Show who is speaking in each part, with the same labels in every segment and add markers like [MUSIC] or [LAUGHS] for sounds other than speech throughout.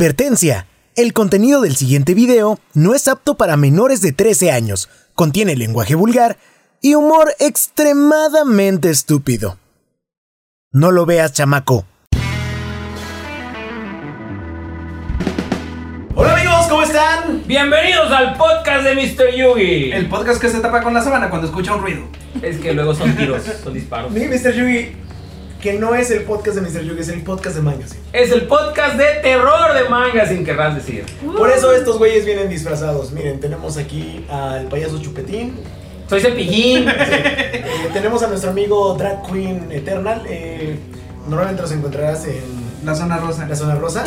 Speaker 1: Advertencia. El contenido del siguiente video no es apto para menores de 13 años, contiene lenguaje vulgar y humor extremadamente estúpido. No lo veas, chamaco.
Speaker 2: Hola amigos, ¿cómo están?
Speaker 3: Bienvenidos al podcast de Mr. Yugi.
Speaker 2: El podcast que se tapa con la sábana cuando escucha un ruido.
Speaker 3: Es que luego son tiros, son disparos.
Speaker 1: Mr. Yugi, que no es el podcast de Mr. Yugi, es el podcast de Maños.
Speaker 3: Es el podcast de terror de manga, sin querrás decir.
Speaker 1: Por
Speaker 3: Uh.
Speaker 1: eso estos güeyes vienen disfrazados. Miren, tenemos aquí al payaso Chupetín.
Speaker 3: Soy Cepillín.
Speaker 1: Eh, tenemos a nuestro amigo Drag Queen Eternal. eh, normalmente los encontrarás en
Speaker 2: La zona rosa.
Speaker 1: la zona rosa.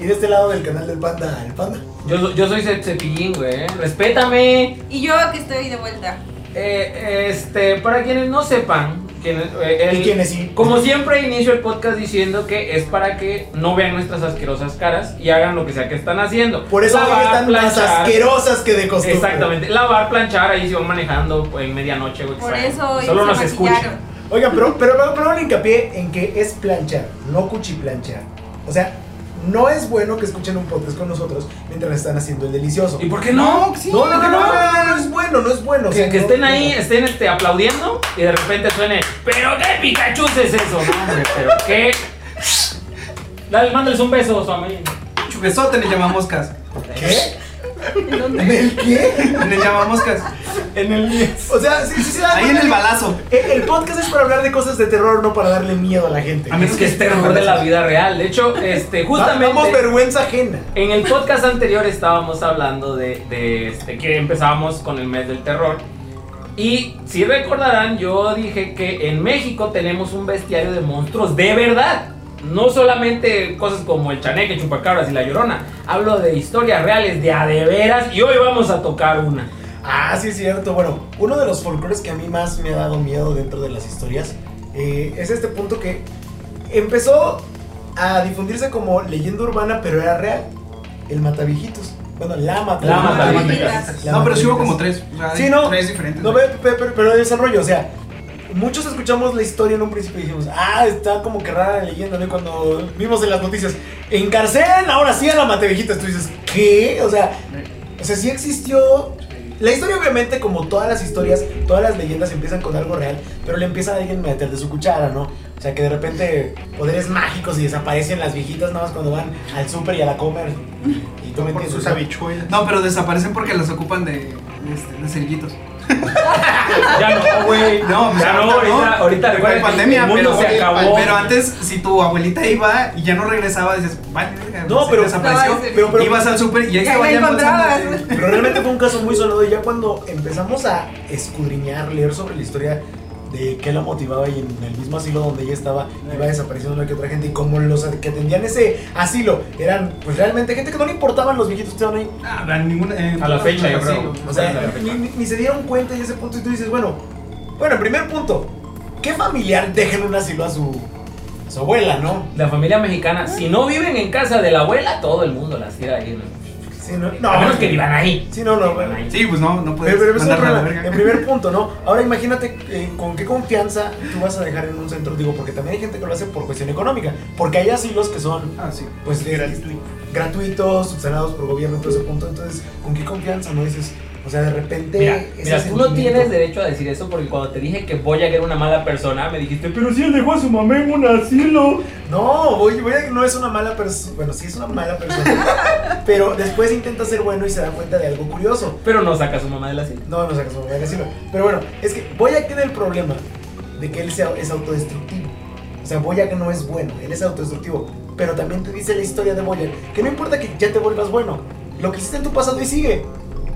Speaker 1: Y de este lado del canal del panda, el panda.
Speaker 3: Yo, so- yo soy Ce- Cepillín, güey. Respétame.
Speaker 4: Y yo que estoy de vuelta.
Speaker 3: Eh, este, para quienes no sepan, quienes, eh, el-
Speaker 1: ¿Y quién es? sí?
Speaker 3: Como siempre inicio el podcast diciendo que es para que no vean nuestras asquerosas caras y hagan lo que sea que están haciendo.
Speaker 1: Por eso hoy
Speaker 3: Lavar,
Speaker 1: están más
Speaker 3: planchar.
Speaker 1: asquerosas que de costumbre.
Speaker 3: Exacamente, lavar, planchar, ahí se van manejando pues, en medianoche, güey. que
Speaker 4: Por
Speaker 3: salgan.
Speaker 4: eso hoy
Speaker 3: Solo
Speaker 4: se
Speaker 3: nos
Speaker 4: maquillaron.
Speaker 3: escuchan.
Speaker 1: Oiga, pero, pero, pero, pero le hincapié en que es planchar, no cuchiplanchar. O sea, no es bueno que escuchen un podcast con nosotros mientras están haciendo el delicioso.
Speaker 3: ¿Y por qué no?
Speaker 2: sí,
Speaker 1: No, no, no, no, no, no es bueno, no es bueno. O
Speaker 3: Que,
Speaker 1: sea,
Speaker 3: que
Speaker 1: no-
Speaker 3: estén ahí, estén este, aplaudiendo y de repente suene, pero qué Pikachu es eso, no, hombre, pero qué. Dale, mándales un beso, su amarillo.
Speaker 2: Chupesote le llamamos cas.
Speaker 1: ¿Qué? [LAUGHS] ¿En el qué?
Speaker 2: Le llamamos cas.
Speaker 1: En el O sea, sí, sí, sí.
Speaker 2: Ahí en el balazo.
Speaker 1: Eh, El podcast es para hablar de cosas de terror, no para darle miedo a la gente.
Speaker 2: A mí
Speaker 3: Es que es terror de la vida real. De hecho, este,
Speaker 1: Damos
Speaker 3: justamente.
Speaker 1: vergüenza ajena.
Speaker 3: En el podcast anterior estábamos hablando de, de, este, que empezábamos con el mes del terror. Y si recordarán, yo dije que en México tenemos un bestiario de monstruos de verdad. No solamente cosas como el chaneque, chupacabras y la llorona. Hablo de historias reales, de a de veras. Y hoy vamos a tocar una.
Speaker 1: Ah, sí, es cierto. Bueno, uno de los folclores que a mí más me ha dado miedo dentro de las historias eh, es este punto que empezó a difundirse como leyenda urbana, pero era real. El Mataviejitos. Bueno, la
Speaker 3: La
Speaker 1: Mataviejitos.
Speaker 3: Mataviejitos.
Speaker 1: La
Speaker 2: No, pero sí hubo como
Speaker 1: Mataviejitos.
Speaker 2: tres. O sea,
Speaker 1: Sí, no.
Speaker 2: Tres diferentes.
Speaker 1: No, pero, pero, pero el desarrollo, o sea, muchos escuchamos la historia en un principio y dijimos, ah, está como que rara la leyenda, ¿no? Y cuando vimos en las noticias, encarcelan ahora sí a la Mataviejitos. Tú dices, ¿qué? O sea, o sea, sí existió. La historia, obviamente, como todas las historias, todas las leyendas empiezan con algo real, pero le empieza a alguien meter de su cuchara, ¿no? O sea, que de repente poderes mágicos y desaparecen las viejitas nada más cuando van al súper y a la comer. Y tú me entiendes. ¿no?
Speaker 2: habichuelas. No, pero desaparecen porque las ocupan de, de, este, de cerillitos.
Speaker 3: Ya
Speaker 1: [LAUGHS]
Speaker 3: no, güey.
Speaker 2: No,
Speaker 3: ya no, ahorita, ahorita
Speaker 2: Fue
Speaker 3: recuerda que
Speaker 2: pandemia,
Speaker 3: el mundo
Speaker 2: pero,
Speaker 3: se acabó.
Speaker 2: pero antes, si tu abuelita iba y ya no regresaba, dices, vale, verga,
Speaker 1: No,
Speaker 2: se
Speaker 1: pero-
Speaker 2: desapareció.
Speaker 4: No, ese-
Speaker 1: pero- pero-
Speaker 2: ibas al súper y ahí
Speaker 4: Ya
Speaker 2: estaba
Speaker 4: la
Speaker 2: ya
Speaker 4: encontrabas.
Speaker 2: embolsándose.
Speaker 1: Pero realmente fue un caso muy sonado y ya cuando empezamos a escudriñar, leer sobre la historia de qué la motivaba y en el mismo asilo donde ella estaba iba desapareciendo una que otra gente y como los que atendían ese asilo eran pues realmente gente que no le importaban los viejitos que estaban ahí.
Speaker 2: Ah, a ninguna- eh,
Speaker 3: A la fecha, yo
Speaker 2: sí,
Speaker 3: creo.
Speaker 2: güey.
Speaker 1: O sea, ni, ni- ni se dieron cuenta y ese punto y tú dices, bueno, bueno, en primer punto, ¿qué familiar deja en un asilo a su, a su abuela, no?
Speaker 3: La familia mexicana, si no viven en casa de la abuela, todo el mundo las tira ahí. ¿no?
Speaker 1: Sí, no,
Speaker 3: A menos que
Speaker 1: no.
Speaker 3: vivan ahí.
Speaker 1: Sí, no, no.
Speaker 3: Vivan ahí.
Speaker 2: Sí, pues no, no puedes
Speaker 1: Pero, pero ese es
Speaker 2: mandarla a la
Speaker 1: otro,
Speaker 2: verga.
Speaker 1: el primer punto, ¿no? Ahora imagínate eh, con qué confianza tú vas a dejar en un centro, digo, porque también hay gente que lo hace por cuestión económica, porque hay asilos que son,
Speaker 2: Ah, sí.
Speaker 1: pues, de- gratuitos, subsanados por gobierno, todo ese punto, entonces, ¿con qué confianza, no? Dices, o sea, de repente...
Speaker 3: Mira, mira,
Speaker 1: ese
Speaker 3: tú no
Speaker 1: sentimiento-
Speaker 3: tienes derecho a decir eso porque cuando te dije que Boyac era una mala persona, me dijiste, pero si él dejó a su mamá en un asilo.
Speaker 1: No, voy, voy a- no es una mala persona, bueno, sí es una mala persona, [LAUGHS] pero después intenta ser bueno y se da cuenta de algo curioso.
Speaker 3: Pero no saca a su mamá del asilo.
Speaker 1: No, no sacas voy a decirlo. Pero bueno, es que Boyack tiene el problema de que él sea, es autodestructivo. O sea, Boyack no es bueno, él es autodestructivo. Pero también te dice la historia de Boyack que no importa que ya te vuelvas bueno, lo que hiciste en tu pasado y sigue.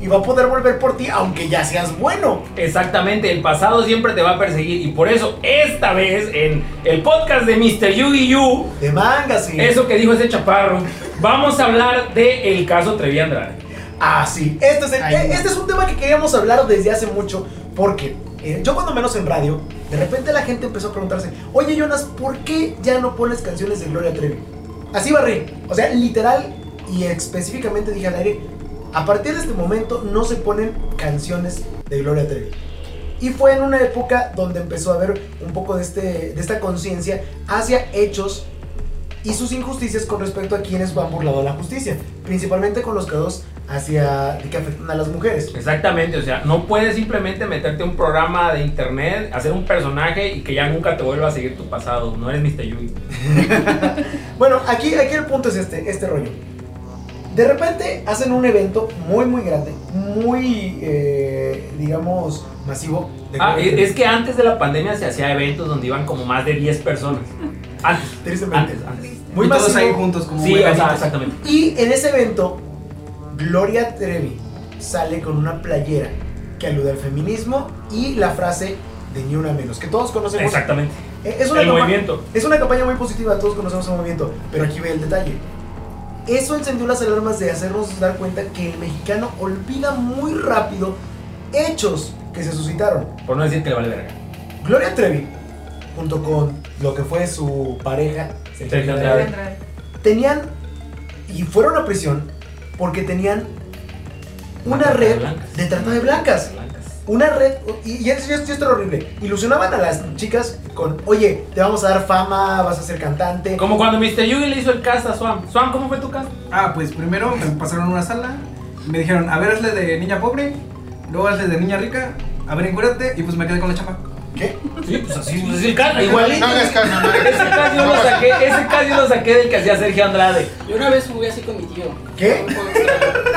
Speaker 1: Y va a poder volver por ti aunque ya seas bueno.
Speaker 3: Exactamente, el pasado siempre te va a perseguir y por eso esta vez en el podcast de Mr. Yugi Yu,
Speaker 1: De manga, sí.
Speaker 3: eso que dijo ese chaparro, vamos a hablar del caso Trevi Andrade.
Speaker 1: Ah, sí. Este es, el-
Speaker 2: Ay, no.
Speaker 1: este es un tema que queríamos hablar desde hace mucho porque eh, yo cuando menos en radio, de repente la gente empezó a preguntarse, oye Jonas, ¿por qué ya no pones canciones de Gloria Trevi? Así barrí. O sea, literal y específicamente dije al aire, a partir de este momento no se ponen canciones de Gloria Trevi. Y fue en una época donde empezó a haber un poco de, este, de esta conciencia hacia hechos y sus injusticias con respecto a quienes van por lado de la justicia, principalmente con los casos hacia que afectan a las mujeres.
Speaker 3: Exactamente, o sea, no puedes simplemente meterte a un programa de internet, hacer un personaje y que ya nunca te vuelva a seguir tu pasado. No eres Mr. Yui.
Speaker 1: Bueno, aquí, aquí el punto es este, este rollo. De repente hacen un evento muy, muy grande, muy, eh, digamos, masivo. de-
Speaker 3: Ah, e- es que antes de la pandemia se hacía eventos donde iban como más de 10 personas. Antes,
Speaker 1: Tristemente.
Speaker 3: antes, antes.
Speaker 1: Muy
Speaker 2: y todos
Speaker 1: masivo.
Speaker 2: ahí juntos como
Speaker 3: Sí, o
Speaker 2: veganitos.
Speaker 3: sea, exactamente.
Speaker 1: Y en ese evento, Gloria Trevi sale con una playera que alude al feminismo y la frase de ni una menos, que todos conocemos.
Speaker 3: Exactamente.
Speaker 1: Eh, Es una
Speaker 3: El
Speaker 1: capa-
Speaker 3: movimiento.
Speaker 1: Es una campaña muy positiva, todos conocemos el movimiento, pero aquí ve el detalle. Eso encendió las alarmas de hacernos dar cuenta que el mexicano olvida muy rápido hechos que se suscitaron.
Speaker 3: Por no decir que le vale verga.
Speaker 1: Gloria Trevi, junto con lo que fue su pareja,
Speaker 3: Sergio
Speaker 1: Andrade,
Speaker 3: Andrade.
Speaker 1: tenían y fueron a prisión porque tenían una
Speaker 3: Trata de
Speaker 1: red
Speaker 3: blancas.
Speaker 1: de trata de blancas.
Speaker 3: Blancas.
Speaker 1: Una red, y, y esto, esto- esto era horrible, ilusionaban a las chicas con, oye, te vamos a dar fama, vas a ser cantante,
Speaker 3: Como cuando Mr. Yugi le hizo el cast a Swam. Swam, ¿cómo fue tu cast?
Speaker 2: Ah, pues primero me pasaron a una sala, me dijeron, a ver, hazle de niña pobre, luego hazle de niña rica, a ver, encuérdate, y pues me quedé con la chapa.
Speaker 1: ¿Qué?
Speaker 3: Sí, pues así, pues es el cast.
Speaker 4: No
Speaker 3: Igualito.
Speaker 4: hagas caso, no hagas
Speaker 3: Ese cast yo lo saqué, ese cast yo lo saqué del que hacía Sergio Andrade.
Speaker 5: Yo una vez jugué así con mi tío.
Speaker 1: ¿Qué?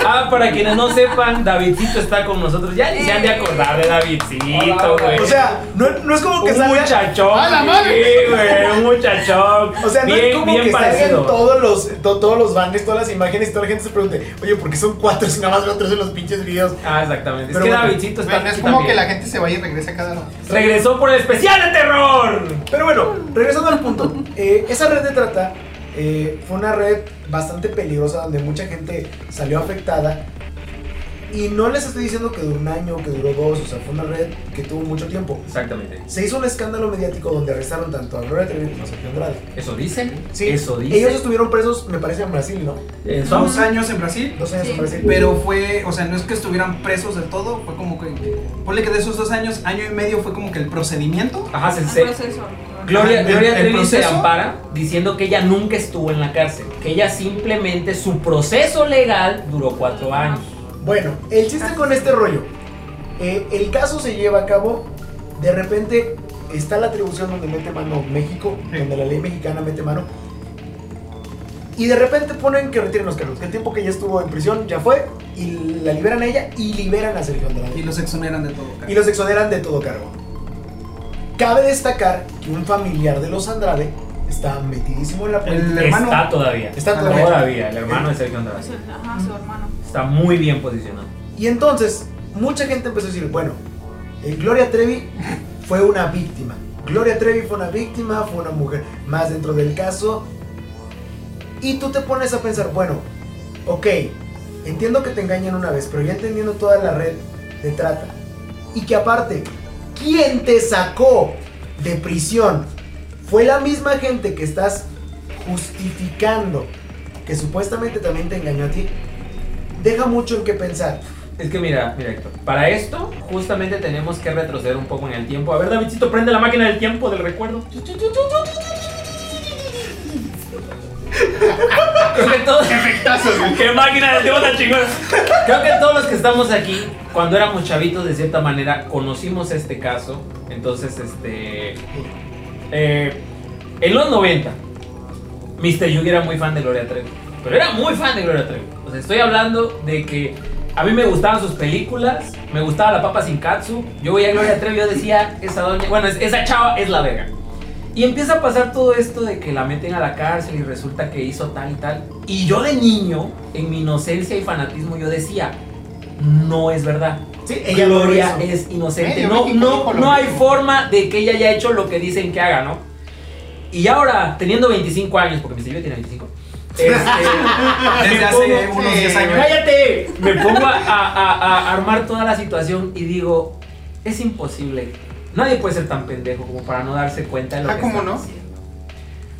Speaker 3: Ah, para quienes no sepan, Davidcito está con nosotros. Ya ni se han de acordar de Davidcito, güey.
Speaker 1: O sea, no, no es como que
Speaker 3: un
Speaker 1: salga.
Speaker 3: muchachón.
Speaker 4: ¡A la
Speaker 3: Sí,
Speaker 4: madre!
Speaker 3: güey, un muchachón.
Speaker 1: O sea, no
Speaker 3: bien,
Speaker 1: es como
Speaker 3: bien
Speaker 1: que salgan
Speaker 3: parecido.
Speaker 1: todos los, to- todos los banners, todas las imágenes y toda la gente se pregunte, oye, ¿por qué son cuatro [LAUGHS] si nada más veo tres en los pinches videos?
Speaker 3: Ah, exactamente.
Speaker 1: Pero
Speaker 3: es que
Speaker 1: bueno,
Speaker 3: Davidcito está.
Speaker 4: no es
Speaker 3: aquí
Speaker 4: como que
Speaker 3: también.
Speaker 4: la gente se vaya y regrese cada rato.
Speaker 3: Regresó por el especial de terror.
Speaker 1: Pero bueno, regresando al punto, eh, esa red de trata eh, fue una red bastante peligrosa donde mucha gente salió afectada. Y no les estoy diciendo que duró un año, que duró dos, o sea, fue una red que tuvo mucho tiempo.
Speaker 3: Exactamente.
Speaker 1: Se hizo un escándalo mediático donde arrestaron tanto a Gloria Trevi como a Sergio Andrade.
Speaker 3: Eso dicen.
Speaker 1: Sí,
Speaker 3: Eso
Speaker 1: Ellos
Speaker 3: dicen.
Speaker 1: estuvieron presos, me parece, en Brasil, ¿no?
Speaker 3: Eh, son-
Speaker 2: Dos años en Brasil,
Speaker 1: Dos años
Speaker 5: Sí.
Speaker 1: en Brasil.
Speaker 2: pero fue, o sea, no es que estuvieran presos del todo, fue como que, ponle que de esos dos años, año y medio fue como que el procedimiento.
Speaker 3: Ajá, se, se-
Speaker 5: Un proceso.
Speaker 3: Gloria,
Speaker 2: Ajá,
Speaker 3: Gloria
Speaker 2: el- el
Speaker 3: Trevi se
Speaker 2: proceso.
Speaker 3: ampara diciendo que ella nunca estuvo en la cárcel, que ella simplemente su proceso legal duró cuatro años.
Speaker 1: Bueno, el
Speaker 2: Ah.
Speaker 1: chiste con este rollo. eh, el caso se lleva a cabo. De repente está la atribución donde mete mano México,
Speaker 2: Sí.
Speaker 1: donde la ley mexicana mete mano. Y de repente ponen que retiren los cargos. Que el tiempo que ya estuvo en prisión ya fue. Y la liberan a ella y liberan a Sergio
Speaker 2: Y
Speaker 1: Andrade.
Speaker 2: los exoneran de todo. cara.
Speaker 1: Y los exoneran de todo cargo. Cabe destacar que un familiar de los Andrade está metidísimo en la política.
Speaker 2: El hermano.
Speaker 3: Está todavía.
Speaker 1: Está
Speaker 2: todavía.
Speaker 3: Todavía, el hermano de Sergio Andrade.
Speaker 5: Su- Ajá, su hermano.
Speaker 3: Está muy bien posicionado.
Speaker 1: Y entonces, mucha gente empezó a decir, bueno, eh, Gloria Trevi fue una víctima. Gloria Trevi fue una víctima, fue una mujer más dentro del caso. Y tú te pones a pensar, bueno, ok, entiendo que te engañan una vez, pero ya entendiendo toda la red de trata. Y que aparte, ¿quién te sacó de prisión? Fue la misma gente que estás justificando, que supuestamente también te engañó a ti. Deja mucho en qué pensar.
Speaker 3: Es que mira, mira Héctor, para esto justamente tenemos que retroceder un poco en el tiempo. A ver, Davidcito, prende la máquina del tiempo del recuerdo. Creo que todos- ¡Qué máquina del tiempo tan chingona! Creo que todos los que estamos aquí, cuando éramos chavitos de cierta manera, conocimos este caso. Entonces, este... eh, en los 90, Mr. Yugi era muy fan de Gloria Trevi. Pero era muy fan de Gloria Trevi. O sea, estoy hablando de que a mí me gustaban sus películas, me gustaba la papa sin katsu. Yo veía a Gloria Trevi, yo decía, esa doña, bueno, es- esa chava es la verga. Y empieza a pasar todo esto de que la meten a la cárcel y resulta que hizo tal y tal. Y yo de niño, en mi inocencia y fanatismo, yo decía, no es verdad.
Speaker 1: Sí, lo
Speaker 3: Gloria
Speaker 1: hizo.
Speaker 3: es inocente. Eh,
Speaker 4: Medio
Speaker 3: No,
Speaker 4: México
Speaker 3: no,
Speaker 4: dijo lo
Speaker 3: no hay
Speaker 4: mismo.
Speaker 3: forma de que ella haya hecho lo que dicen que haga, ¿no? Y ahora, teniendo 25 años, porque mi señor tiene 25. este,
Speaker 2: Desde
Speaker 3: me
Speaker 2: hace
Speaker 3: pongo-
Speaker 2: unos
Speaker 3: Sí,
Speaker 2: 10 años.
Speaker 3: ¡Cállate! Me pongo a, a- a- a armar toda la situación y digo, es imposible. Nadie puede ser tan pendejo como para no darse cuenta de lo
Speaker 4: Ah,
Speaker 3: que
Speaker 4: ¿cómo
Speaker 3: está
Speaker 4: no?
Speaker 3: haciendo.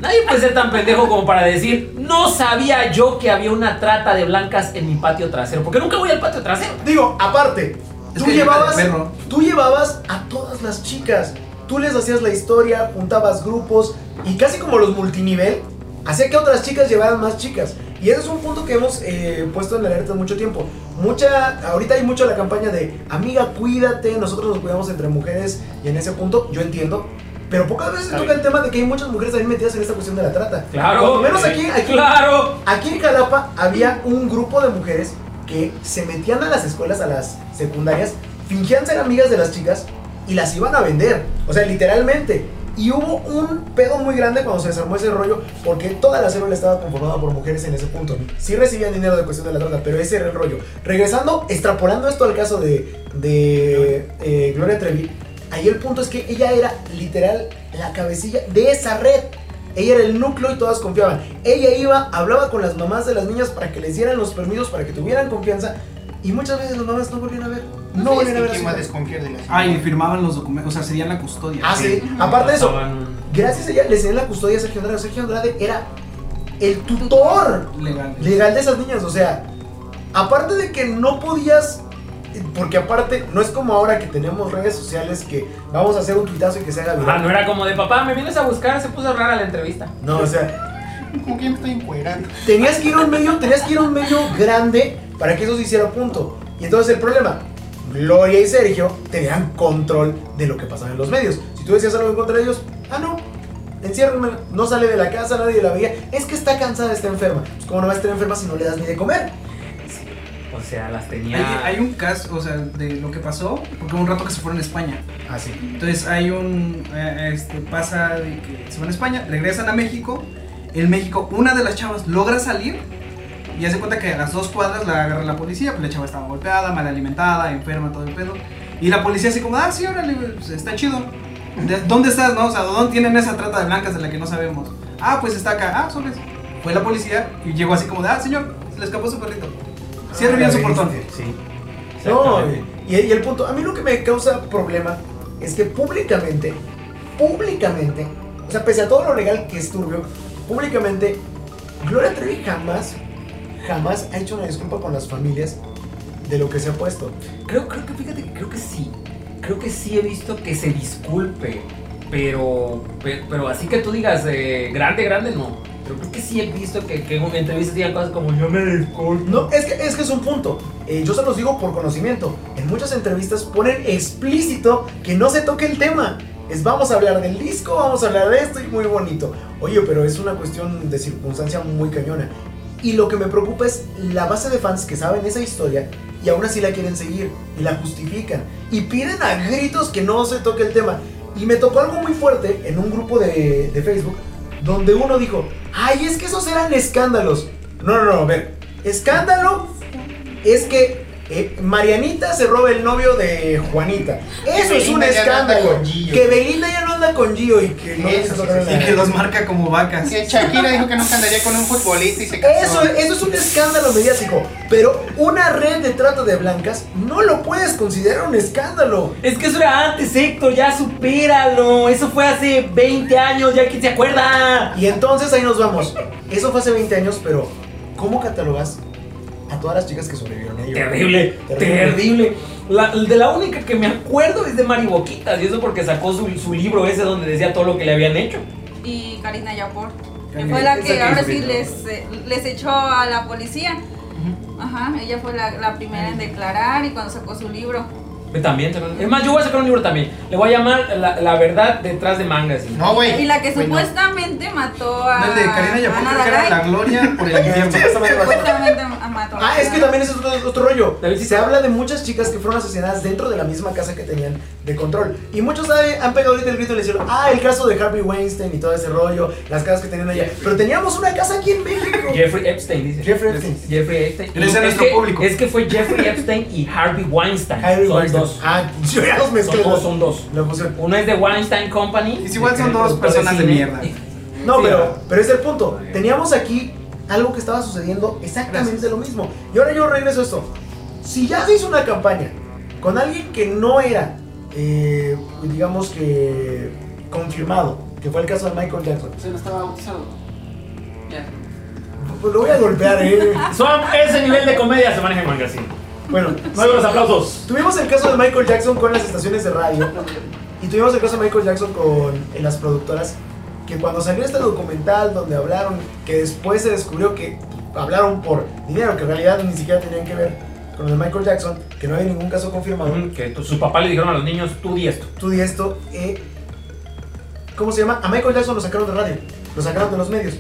Speaker 3: Nadie puede ser tan pendejo como para decir, no sabía yo que había una trata de blancas en mi patio trasero, porque nunca voy al patio trasero.
Speaker 1: Digo, aparte,
Speaker 2: Es
Speaker 1: tú
Speaker 2: que lleva de
Speaker 1: llevabas,
Speaker 2: perro.
Speaker 1: tú llevabas a todas las chicas, tú les hacías la historia, juntabas grupos y casi como los multinivel, hacía que otras chicas llevaran más chicas. Y ese es un punto que hemos eh, puesto en la alerta mucho tiempo. Mucha, ahorita hay mucho la campaña de amiga, cuídate, nosotros nos cuidamos entre mujeres y en ese punto yo entiendo. Pero pocas veces
Speaker 3: Está
Speaker 1: toca el tema de que hay muchas mujeres también metidas en esta cuestión de la trata.
Speaker 3: Claro. Eh,
Speaker 1: Cuando menos aquí, aquí,
Speaker 3: Claro.
Speaker 1: Aquí en Jalapa había un grupo de mujeres que se metían a las escuelas, a las secundarias, fingían ser amigas de las chicas y las iban a vender. O sea, literalmente. Y hubo un pedo muy grande cuando se desarmó ese rollo porque toda la célula estaba conformada por mujeres en ese punto. Sí recibían dinero de cuestión de la trata, pero ese era el rollo. Regresando, extrapolando esto al caso de, de eh, Gloria Trevi, ahí el punto es que ella era literal la cabecilla de esa red. Ella era el núcleo y todas confiaban. Ella iba, hablaba con las mamás de las niñas para que les dieran los permisos, para que tuvieran confianza. Y muchas veces las mamás no volvían a ver. No
Speaker 4: No, es
Speaker 1: volvían a
Speaker 4: que
Speaker 1: ver. a
Speaker 4: quién
Speaker 1: sus
Speaker 4: va a
Speaker 1: hijas.
Speaker 4: desconfiar de las
Speaker 2: Ay, firmaban los documentos, o sea, serían la custodia.
Speaker 1: Ah, sí. Aparte de eso, gracias a ella les dieron la custodia a Sergio Andrade. Sergio Andrade era el tutor
Speaker 2: Legal.
Speaker 1: legal de esas niñas. O sea, aparte de que no podías. Porque aparte, no es como ahora que tenemos redes sociales que vamos a hacer un tuitazo y que se haga
Speaker 3: Ah,
Speaker 1: viral.
Speaker 3: no era como de papá, me vienes a buscar, se puso rara la entrevista.
Speaker 1: No, o sea,
Speaker 4: ¿Con quién me estoy encuerando?
Speaker 1: tenías que ir a un medio, tenías que ir a un medio grande para que eso se hiciera punto. Y entonces el problema, Gloria y Sergio tenían control de lo que pasaba en los medios. Si tú decías algo en contra de ellos, ah no, enciérrame, no sale de la casa, nadie la veía, es que está cansada, está enferma. Pues como no va a estar enferma si no le das ni de comer.
Speaker 3: O sea, las
Speaker 2: Hay,
Speaker 3: tenía.
Speaker 2: hay un caso, o sea, de lo que pasó, porque hubo un rato que se fueron a España.
Speaker 1: Así.
Speaker 2: Entonces hay un, eh, este, pasa de que se van a España, regresan a México, en México una de las chavas logra salir y hace cuenta que a las dos cuadras la agarra la policía, pues la chava estaba golpeada, mal alimentada, enferma, todo el pedo. Y la policía así como, ah, sí, órale, güey, pues, está chido. ¿De- ¿Dónde estás, no? O sea, ¿dónde tienen esa trata de blancas de la que no sabemos? Ah, pues está acá. Ah, sobres. Fue la policía y llegó así como, de, ah, señor, se le escapó su perrito. Cierre bien su portón.
Speaker 3: Sí.
Speaker 1: No,
Speaker 3: Exactamente.
Speaker 1: y, y el punto, a mí lo que me causa problema es que públicamente, públicamente, o sea, pese a todo lo legal que es turbio, públicamente, Gloria Trevi jamás, jamás ha hecho una disculpa con las familias de lo que se ha puesto.
Speaker 3: Creo, creo que, fíjate, que creo que sí. Creo que sí he visto que se disculpe. Pero, pe- pero, así que tú digas, eh, grande, grande, no. Pero creo que sí he visto que, que en una entrevista digan cosas como, yo me disculpo.
Speaker 1: No, es que es, que es un punto. Eh, yo se los digo por conocimiento. En muchas entrevistas ponen explícito que no se toque el tema. Es vamos a hablar del disco, vamos a hablar de esto y muy bonito. Oye, pero es una cuestión de circunstancia muy cañona. Y lo que me preocupa es la base de fans que saben esa historia y aún así la quieren seguir y la justifican. Y piden a gritos que no se toque el tema. Y me tocó algo muy fuerte en un grupo de, de Facebook donde uno dijo, ay, es que esos eran escándalos. No, no, no, a ver, escándalo es que eh, Marianita se roba el novio de Juanita. Eso es un
Speaker 4: Belinda ya no anda
Speaker 1: escándalo.
Speaker 4: con Gio.
Speaker 1: Que Belinda ya no anda con Gio y que no
Speaker 4: Eso
Speaker 1: se
Speaker 4: sí,
Speaker 1: tocaron
Speaker 4: sí,
Speaker 2: [LAUGHS]
Speaker 1: nada.
Speaker 2: Y que los marca como vacas.
Speaker 4: Que Shakira dijo que no andaría con un futbolista y se casó.
Speaker 1: Eso, eso es un escándalo mediático, pero una red de trata de blancas no lo puedes considerar un escándalo.
Speaker 3: Es que eso era antes, Héctor, ya supéralo. Eso fue hace 20 años, ya que se acuerda.
Speaker 1: Y entonces ahí nos vamos. Eso fue hace 20 años, pero ¿cómo catalogas a todas las chicas que sobrevivieron a ello?
Speaker 3: Terrible,
Speaker 1: Terrible.
Speaker 3: terrible. La, de la única que me acuerdo es de Mari Boquitas, y eso porque sacó su, su libro ese donde decía todo lo que le habían hecho.
Speaker 5: Y Karina Yapor. que
Speaker 2: Karina,
Speaker 5: fue la
Speaker 2: esa
Speaker 5: que
Speaker 2: que
Speaker 5: ahora
Speaker 2: hizo
Speaker 5: sí
Speaker 2: Karina.
Speaker 5: les, eh, les echó a la policía. Ajá, ella fue la, la primera en declarar y cuando sacó su libro.
Speaker 3: Yo También, es más, yo voy a sacar un libro también. Le voy a llamar La, la verdad detrás de mangas.
Speaker 4: No, güey.
Speaker 5: Y la que
Speaker 4: Güey, no.
Speaker 5: supuestamente mató a.
Speaker 2: No, el de Karina Yapón,
Speaker 5: Ana
Speaker 2: creo que era
Speaker 5: Garay.
Speaker 2: la gloria por el
Speaker 1: Ya,
Speaker 2: infierno.
Speaker 1: justamente me acuerdo.
Speaker 5: Supuestamente a- mató a
Speaker 1: Ah, es que también ese es otro, otro rollo.
Speaker 3: David, sí,
Speaker 1: Se
Speaker 3: sí.
Speaker 1: habla de muchas chicas que fueron asesinadas dentro de la misma casa que tenían de control. Y muchos sabe- han pegado ahorita el grito y le dijeron, ah, el caso de Harvey Weinstein y todo ese rollo, las casas que tenían allá. Pero teníamos una casa aquí en México.
Speaker 3: Jeffrey Epstein, dice.
Speaker 1: Jeffrey Epstein.
Speaker 3: Jeffrey Epstein.
Speaker 2: Él es de
Speaker 3: Y
Speaker 2: nuestro
Speaker 3: que,
Speaker 2: público.
Speaker 3: Es que fue Jeffrey Epstein y Harvey Weinstein.
Speaker 1: Harvey
Speaker 3: son
Speaker 1: Weinstein.
Speaker 3: dos.
Speaker 1: Ah, [LAUGHS] yo ya los
Speaker 3: Son
Speaker 1: mezclé.
Speaker 3: dos, son dos.
Speaker 1: La fusión.
Speaker 3: Uno es de Weinstein Company.
Speaker 2: Y si igual son
Speaker 3: que
Speaker 2: dos
Speaker 3: productor
Speaker 2: personas de
Speaker 3: cine.
Speaker 2: mierda.
Speaker 1: No,
Speaker 3: Sí,
Speaker 1: pero,
Speaker 3: ¿verdad?
Speaker 1: pero ese es el punto. Teníamos aquí algo que estaba sucediendo exactamente lo mismo. Y ahora yo regreso a esto. Si ya se hizo una campaña con alguien que no era, eh, digamos que, confirmado, que fue el caso de Michael Jackson,
Speaker 6: Se no estaba bautizado. Ya.
Speaker 1: pues lo voy a golpear, ¿eh?
Speaker 3: Son ese nivel de comedia se maneja en mangas, sí.
Speaker 1: Bueno,
Speaker 3: Mueve los aplausos.
Speaker 1: tuvimos el caso de Michael Jackson con las estaciones de radio. Y tuvimos el caso de Michael Jackson con eh, las productoras que cuando salió este documental donde hablaron, que después se descubrió que hablaron por dinero, que en realidad ni siquiera tenían que ver con lo de Michael Jackson, que no hay ningún caso confirmado,
Speaker 3: Ujú, Que tu- su papá le dijeron a los niños, tú di esto.
Speaker 1: tú di esto, eh, ¿cómo se llama? A Michael Jackson lo sacaron de radio, lo sacaron de los medios.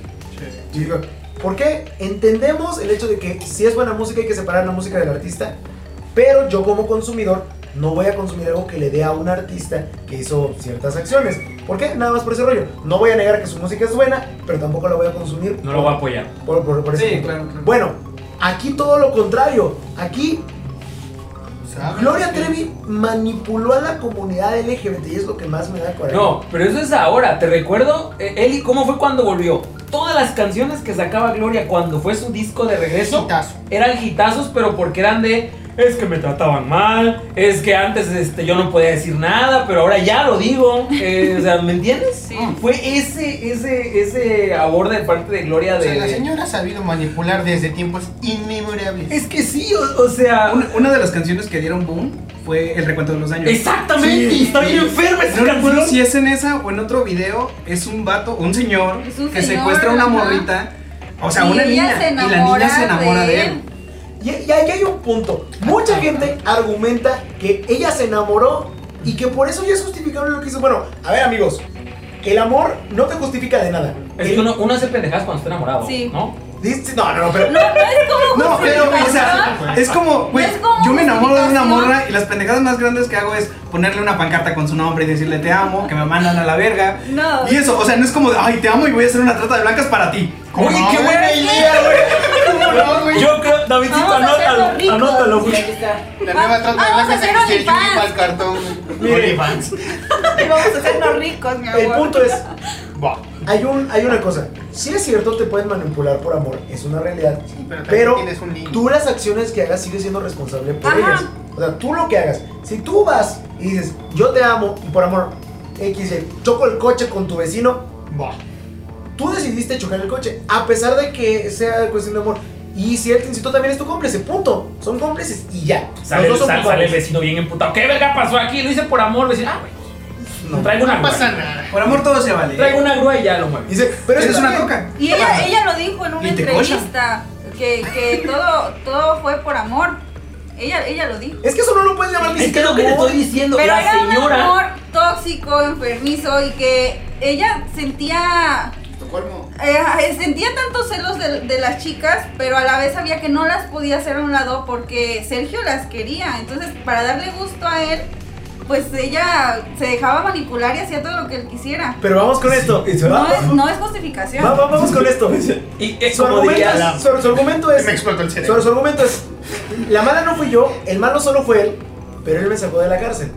Speaker 1: Y digo, ¿por qué? Entendemos el hecho de que si es buena música hay que separar la música del artista, pero yo como consumidor no voy a consumir algo que le dé a un artista que hizo ciertas acciones. ¿Por qué? Nada más por ese rollo. No voy a negar que su música es buena, pero tampoco la voy a consumir.
Speaker 3: No lo voy a apoyar.
Speaker 1: por, por, por ese
Speaker 2: Sí,
Speaker 1: punto.
Speaker 2: claro, claro.
Speaker 1: Bueno, aquí todo lo contrario. Aquí
Speaker 2: Ah,
Speaker 4: ¿Sabes?
Speaker 1: Gloria Trevi manipuló a la comunidad LGBT y es lo que más me da coraje.
Speaker 3: No, pero eso es ahora. Te recuerdo, eh, Eli, ¿cómo fue cuando volvió? Todas las canciones que sacaba Gloria cuando fue su disco de regreso
Speaker 4: Quitazo.
Speaker 3: eran hitazos, pero porque eran de. Es que me trataban mal, es que antes este, yo no podía decir nada, pero ahora ya lo digo. eh, o sea, ¿me entiendes?
Speaker 5: Sí.
Speaker 4: Mm.
Speaker 3: Fue ese, ese, ese aborde de parte de Gloria
Speaker 4: O
Speaker 3: de.
Speaker 4: sea, la señora ha sabido manipular desde tiempos inmemorables.
Speaker 3: Es que sí, o, o sea.
Speaker 2: Una, una de las canciones que dieron boom fue El recuento de los años.
Speaker 3: Exactamente,
Speaker 1: Sí.
Speaker 3: está bien enferma esa
Speaker 2: No recuerdo
Speaker 3: canción.
Speaker 2: si es en esa o en otro video. Es un vato, un señor,
Speaker 5: Es un
Speaker 2: que
Speaker 5: señor,
Speaker 2: secuestra a una
Speaker 5: ajá.
Speaker 2: morrita. O sea,
Speaker 5: Y
Speaker 2: una
Speaker 5: ella
Speaker 2: niña.
Speaker 5: se
Speaker 2: y la niña se enamora de él.
Speaker 1: Y, y aquí hay un punto. Mucha gente argumenta que ella se enamoró y que por eso ya es justificable lo que hizo. Bueno, a ver amigos, el amor no te justifica de nada.
Speaker 3: Es que uno, uno hace pendejadas cuando está enamorado,
Speaker 5: Sí.
Speaker 3: ¿no?
Speaker 1: Dice- No, no, no, pero...
Speaker 5: No, no es como
Speaker 2: No, pero, güey, o sea, es como, güey,
Speaker 5: Es como
Speaker 2: yo me enamoro de una
Speaker 5: justificación.
Speaker 2: morra y las pendejadas más grandes que hago es ponerle una pancarta con su nombre y decirle te amo, que me mandan a la verga.
Speaker 5: No.
Speaker 2: Y eso, o sea, no es como de, ay, te amo y voy a hacer una trata de blancas para ti.
Speaker 4: ¿Cómo
Speaker 3: Oye,
Speaker 4: no,
Speaker 3: qué
Speaker 4: güey?
Speaker 3: buena idea, güey. ¿Cómo no, güey? Yo creo, Davidcito,
Speaker 5: Vamos a hacerlo
Speaker 3: anótalo,
Speaker 5: rico.
Speaker 3: anótalo, güey.
Speaker 6: Aquí está.
Speaker 4: La nueva trata de
Speaker 5: Ah, Vamos a
Speaker 4: blancas
Speaker 5: hacer
Speaker 4: es que
Speaker 5: OnlyFans.
Speaker 4: Yuri va al cartón.
Speaker 1: OnlyFans.
Speaker 5: Y [LAUGHS] vamos a hacernos ricos, mi amor.
Speaker 1: El punto es,
Speaker 4: Bah.
Speaker 1: hay, un, hay una cosa. Si es cierto, te pueden manipular por amor, es una realidad.
Speaker 4: Sí, pero también
Speaker 1: Pero
Speaker 4: tienes un límite.
Speaker 1: tú las acciones que hagas sigues siendo responsable por
Speaker 5: Ajá.
Speaker 1: ellas. O sea, tú lo que hagas. Si tú vas y dices, yo te amo y por amor, X, Y, choco el coche con tu vecino,
Speaker 4: Bah.
Speaker 1: tú decidiste chocar el coche, a pesar de que sea cuestión de amor. Y si él te incitó, también es tu cómplice, punto. Son cómplices y ya.
Speaker 3: Sale,
Speaker 1: Los dos son
Speaker 3: sale, sale el
Speaker 1: culpables.
Speaker 3: vecino bien emputado. ¿Qué verga pasó aquí? Lo hice por amor, vecino. Ah, güey.
Speaker 1: No.
Speaker 3: Traigo una
Speaker 4: No pasa
Speaker 3: grúa.
Speaker 4: nada.
Speaker 2: Por amor todo se vale.
Speaker 3: Traigo una grúa y ya lo mueve.
Speaker 1: Dice, pero
Speaker 2: Eres
Speaker 1: es
Speaker 2: una coca.
Speaker 5: Y ella, ella lo dijo en una
Speaker 2: Y te
Speaker 5: entrevista que, que todo, todo fue por amor. Ella, ella lo dijo.
Speaker 1: Es que eso no lo puedes llamar ni
Speaker 3: Es que
Speaker 1: siquiera
Speaker 3: lo que te
Speaker 1: amor.
Speaker 3: estoy diciendo,
Speaker 5: Pero
Speaker 3: la
Speaker 5: era un amor
Speaker 3: señora.
Speaker 5: tóxico, enfermizo y que ella sentía
Speaker 4: Estocolmo.
Speaker 5: eh, sentía tantos celos de, de las chicas, pero a la vez sabía que no las podía hacer a un lado porque Sergio las quería. Entonces, para darle gusto a él, pues ella se dejaba manipular y hacía todo lo que él quisiera.
Speaker 1: Pero vamos con esto.
Speaker 5: No
Speaker 1: Vamos,
Speaker 5: es, no es
Speaker 1: va-
Speaker 5: justificación.
Speaker 1: va- vamos con esto.
Speaker 3: Y es
Speaker 1: Su
Speaker 3: como
Speaker 1: argumento,
Speaker 3: dirías.
Speaker 1: es, su- su argumento es-
Speaker 4: Me explotó el
Speaker 1: su-
Speaker 4: cerebro.
Speaker 1: su argumento es, la mala no fui yo, el malo solo fue él, pero él me sacó de la cárcel.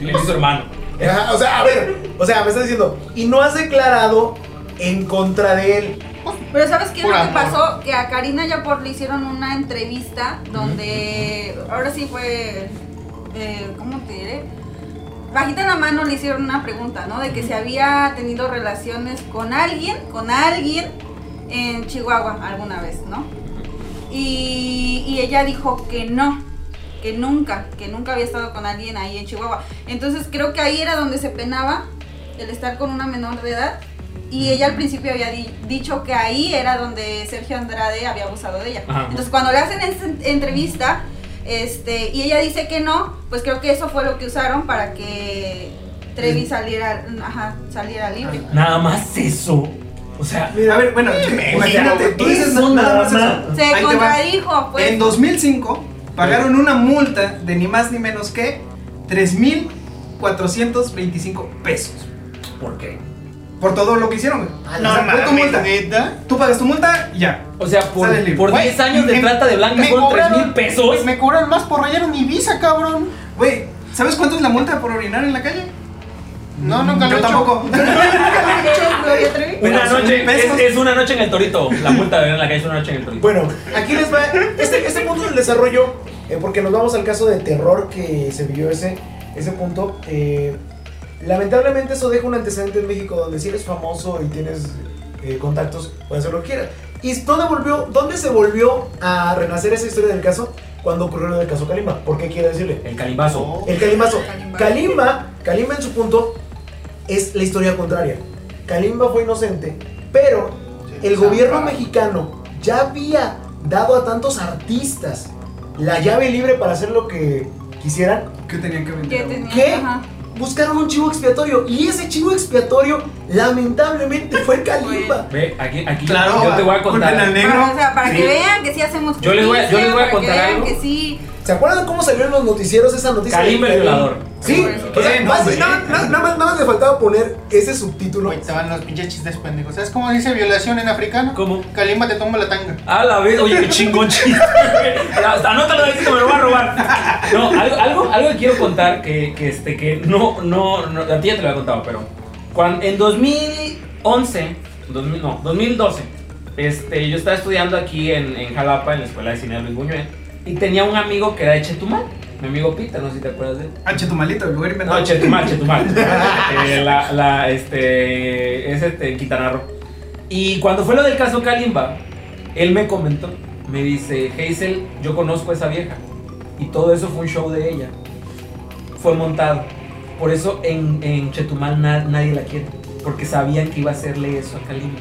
Speaker 3: Le hizo hermano.
Speaker 1: Ajá, O sea, a ver, o sea, me estás diciendo, y no has declarado en contra de él.
Speaker 5: Pero ¿sabes qué es
Speaker 4: Por
Speaker 5: lo que
Speaker 4: amor.
Speaker 5: pasó? Que a Karina Yapor le hicieron una entrevista donde, ahora sí fue, eh, ¿cómo te diré? Bajita la mano le hicieron una pregunta, ¿no? De que si había tenido relaciones con alguien, con alguien en Chihuahua alguna vez, ¿no? Y, y ella dijo que no, que nunca, que nunca había estado con alguien ahí en Chihuahua. Entonces creo que ahí era donde se penaba el estar con una menor de edad. Y ella al principio había di- dicho que ahí era donde Sergio Andrade había abusado de ella.
Speaker 3: Ajá.
Speaker 5: Entonces cuando le hacen esa en- entrevista este, y ella dice que no, pues creo que eso fue lo que usaron para que Trevi saliera, ajá, saliera libre.
Speaker 3: Nada más eso. O sea,
Speaker 2: A ver, bueno, imagínate, tú dices
Speaker 1: Eso
Speaker 2: nada
Speaker 1: nada
Speaker 2: más
Speaker 1: más.
Speaker 2: eso. Ahí
Speaker 5: Se
Speaker 2: te va.
Speaker 5: contradijo, pues.
Speaker 2: En 2005 pagaron una multa de ni más ni menos que 3.425 pesos.
Speaker 3: ¿por qué?
Speaker 2: Por todo lo que hicieron, güey. O sea, fue tu
Speaker 4: Ah, mames,
Speaker 2: multa.
Speaker 4: neta.
Speaker 2: Tú pagas tu multa y ya.
Speaker 3: O sea, por,
Speaker 2: Sale libre.
Speaker 3: por
Speaker 4: Güey,
Speaker 3: 10 años de
Speaker 4: me-
Speaker 3: trata de blancas
Speaker 4: me
Speaker 3: fueron 3
Speaker 4: cobraron-
Speaker 3: mil pesos.
Speaker 4: pues Me cobran más por rayar mi visa, cabrón.
Speaker 2: Güey, ¿sabes cuánto es la multa por orinar en la calle?
Speaker 4: No, nunca lo
Speaker 2: Yo
Speaker 4: he hecho.
Speaker 2: tampoco. [LAUGHS]
Speaker 5: [LAUGHS] Gloria Trevi.
Speaker 3: Una
Speaker 2: Pero son
Speaker 3: noche, es,
Speaker 2: pesos.
Speaker 3: es una noche en el torito. La multa de ver en la calle es una noche en el torito.
Speaker 1: Bueno, aquí les va este, este punto del desarrollo, eh, porque nos vamos al caso de terror que se vivió ese, ese punto. eh, lamentablemente eso deja un antecedente en México donde si eres famoso y tienes eh, contactos, puedes hacer lo que quieras. ¿Y dónde, volvió, dónde se volvió a renacer esa historia del caso? Cuando ocurrió lo del caso Kalimba. ¿Por qué quiero decirle?
Speaker 3: El calimbazo.
Speaker 1: El Kalimbazo.
Speaker 5: Kalimba.
Speaker 1: Kalimba, Kalimba en su punto es la historia contraria. Kalimba fue inocente, pero el gobierno mexicano ya había dado a tantos artistas la llave libre para hacer lo que quisieran,
Speaker 2: ¿Qué tenían que vender?
Speaker 5: ¿Qué
Speaker 2: güey?
Speaker 5: tenía?
Speaker 1: ¿Qué?
Speaker 5: Ajá.
Speaker 1: buscaron un chivo expiatorio y ese chivo expiatorio lamentablemente fue Kalimba.
Speaker 3: Ve, aquí, aquí
Speaker 2: Claro,
Speaker 3: yo te voy a
Speaker 2: culpen al
Speaker 3: contar.
Speaker 2: negro.
Speaker 5: Para, o sea, para
Speaker 3: Sí.
Speaker 5: que vean que sí hacemos
Speaker 3: Yo les voy a- yo les voy a
Speaker 5: justicia, para
Speaker 3: contar
Speaker 5: que vean
Speaker 3: algo.
Speaker 5: Que sí.
Speaker 1: ¿Se acuerdan cómo salió en los noticieros esa noticia?
Speaker 3: Kalimba el
Speaker 1: Kalim-
Speaker 3: violador.
Speaker 1: Sí, o sea,
Speaker 2: Eh, no,
Speaker 1: básicamente,
Speaker 2: hombre.
Speaker 1: nada, nada- nada más, nada más le faltaba poner ese subtítulo.
Speaker 4: Güey, estaban los pinches chistes pendejos. ¿Sabes cómo dice violación en africano?
Speaker 3: ¿Cómo?
Speaker 4: Kalimba te toma la tanga.
Speaker 3: A la vez, oye, qué chingón chiste. Ya, hasta Anótalo de que me lo voy a robar. No, algo, algo, algo que quiero contar que, que, este, que no, no, no, a ti ya te lo había contado, pero cuando, en 2011, 2000, no, 2012, este, yo estaba estudiando aquí en, en Jalapa, en la Escuela de Cine de Luis Buñuel, y tenía un amigo que era de Chetumal, mi amigo Pita, no sé si te acuerdas de él.
Speaker 2: Ah, Chetumalito, el lugar inventado.
Speaker 3: No, Chetumal, Chetumal. Eh, la, la, este, es este, en Quintana Roo. Y cuando fue lo del caso Kalimba, él me comentó, me dice, Hazel, yo conozco a esa vieja. Y todo eso fue un show de ella. Fue montado. Por eso en, en Chetumal na- nadie la quiere. Porque sabían que iba a hacerle eso a Kalimba.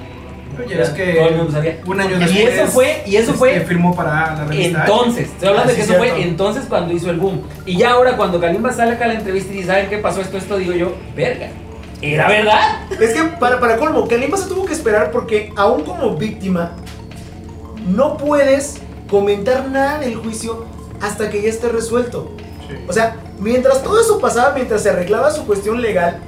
Speaker 2: Oye, es que
Speaker 3: Todo el mundo sabía.
Speaker 2: un año después.
Speaker 3: Y eso fue, y eso
Speaker 2: este,
Speaker 3: fue
Speaker 2: firmó para la revista.
Speaker 3: entonces, estoy hablando
Speaker 2: Ah,
Speaker 3: de que
Speaker 2: sí,
Speaker 3: eso fue
Speaker 2: cierto.
Speaker 3: entonces cuando hizo el boom. Y ya ahora cuando Kalimba sale acá a la entrevista y dice, ¿saben qué pasó esto? Esto digo yo, verga. ¿Era verdad?
Speaker 1: Es que para, para colmo, Kalimba se tuvo que esperar porque aún como víctima no puedes comentar nada del juicio hasta que ya esté resuelto. O sea, mientras todo eso pasaba, mientras se arreglaba su cuestión legal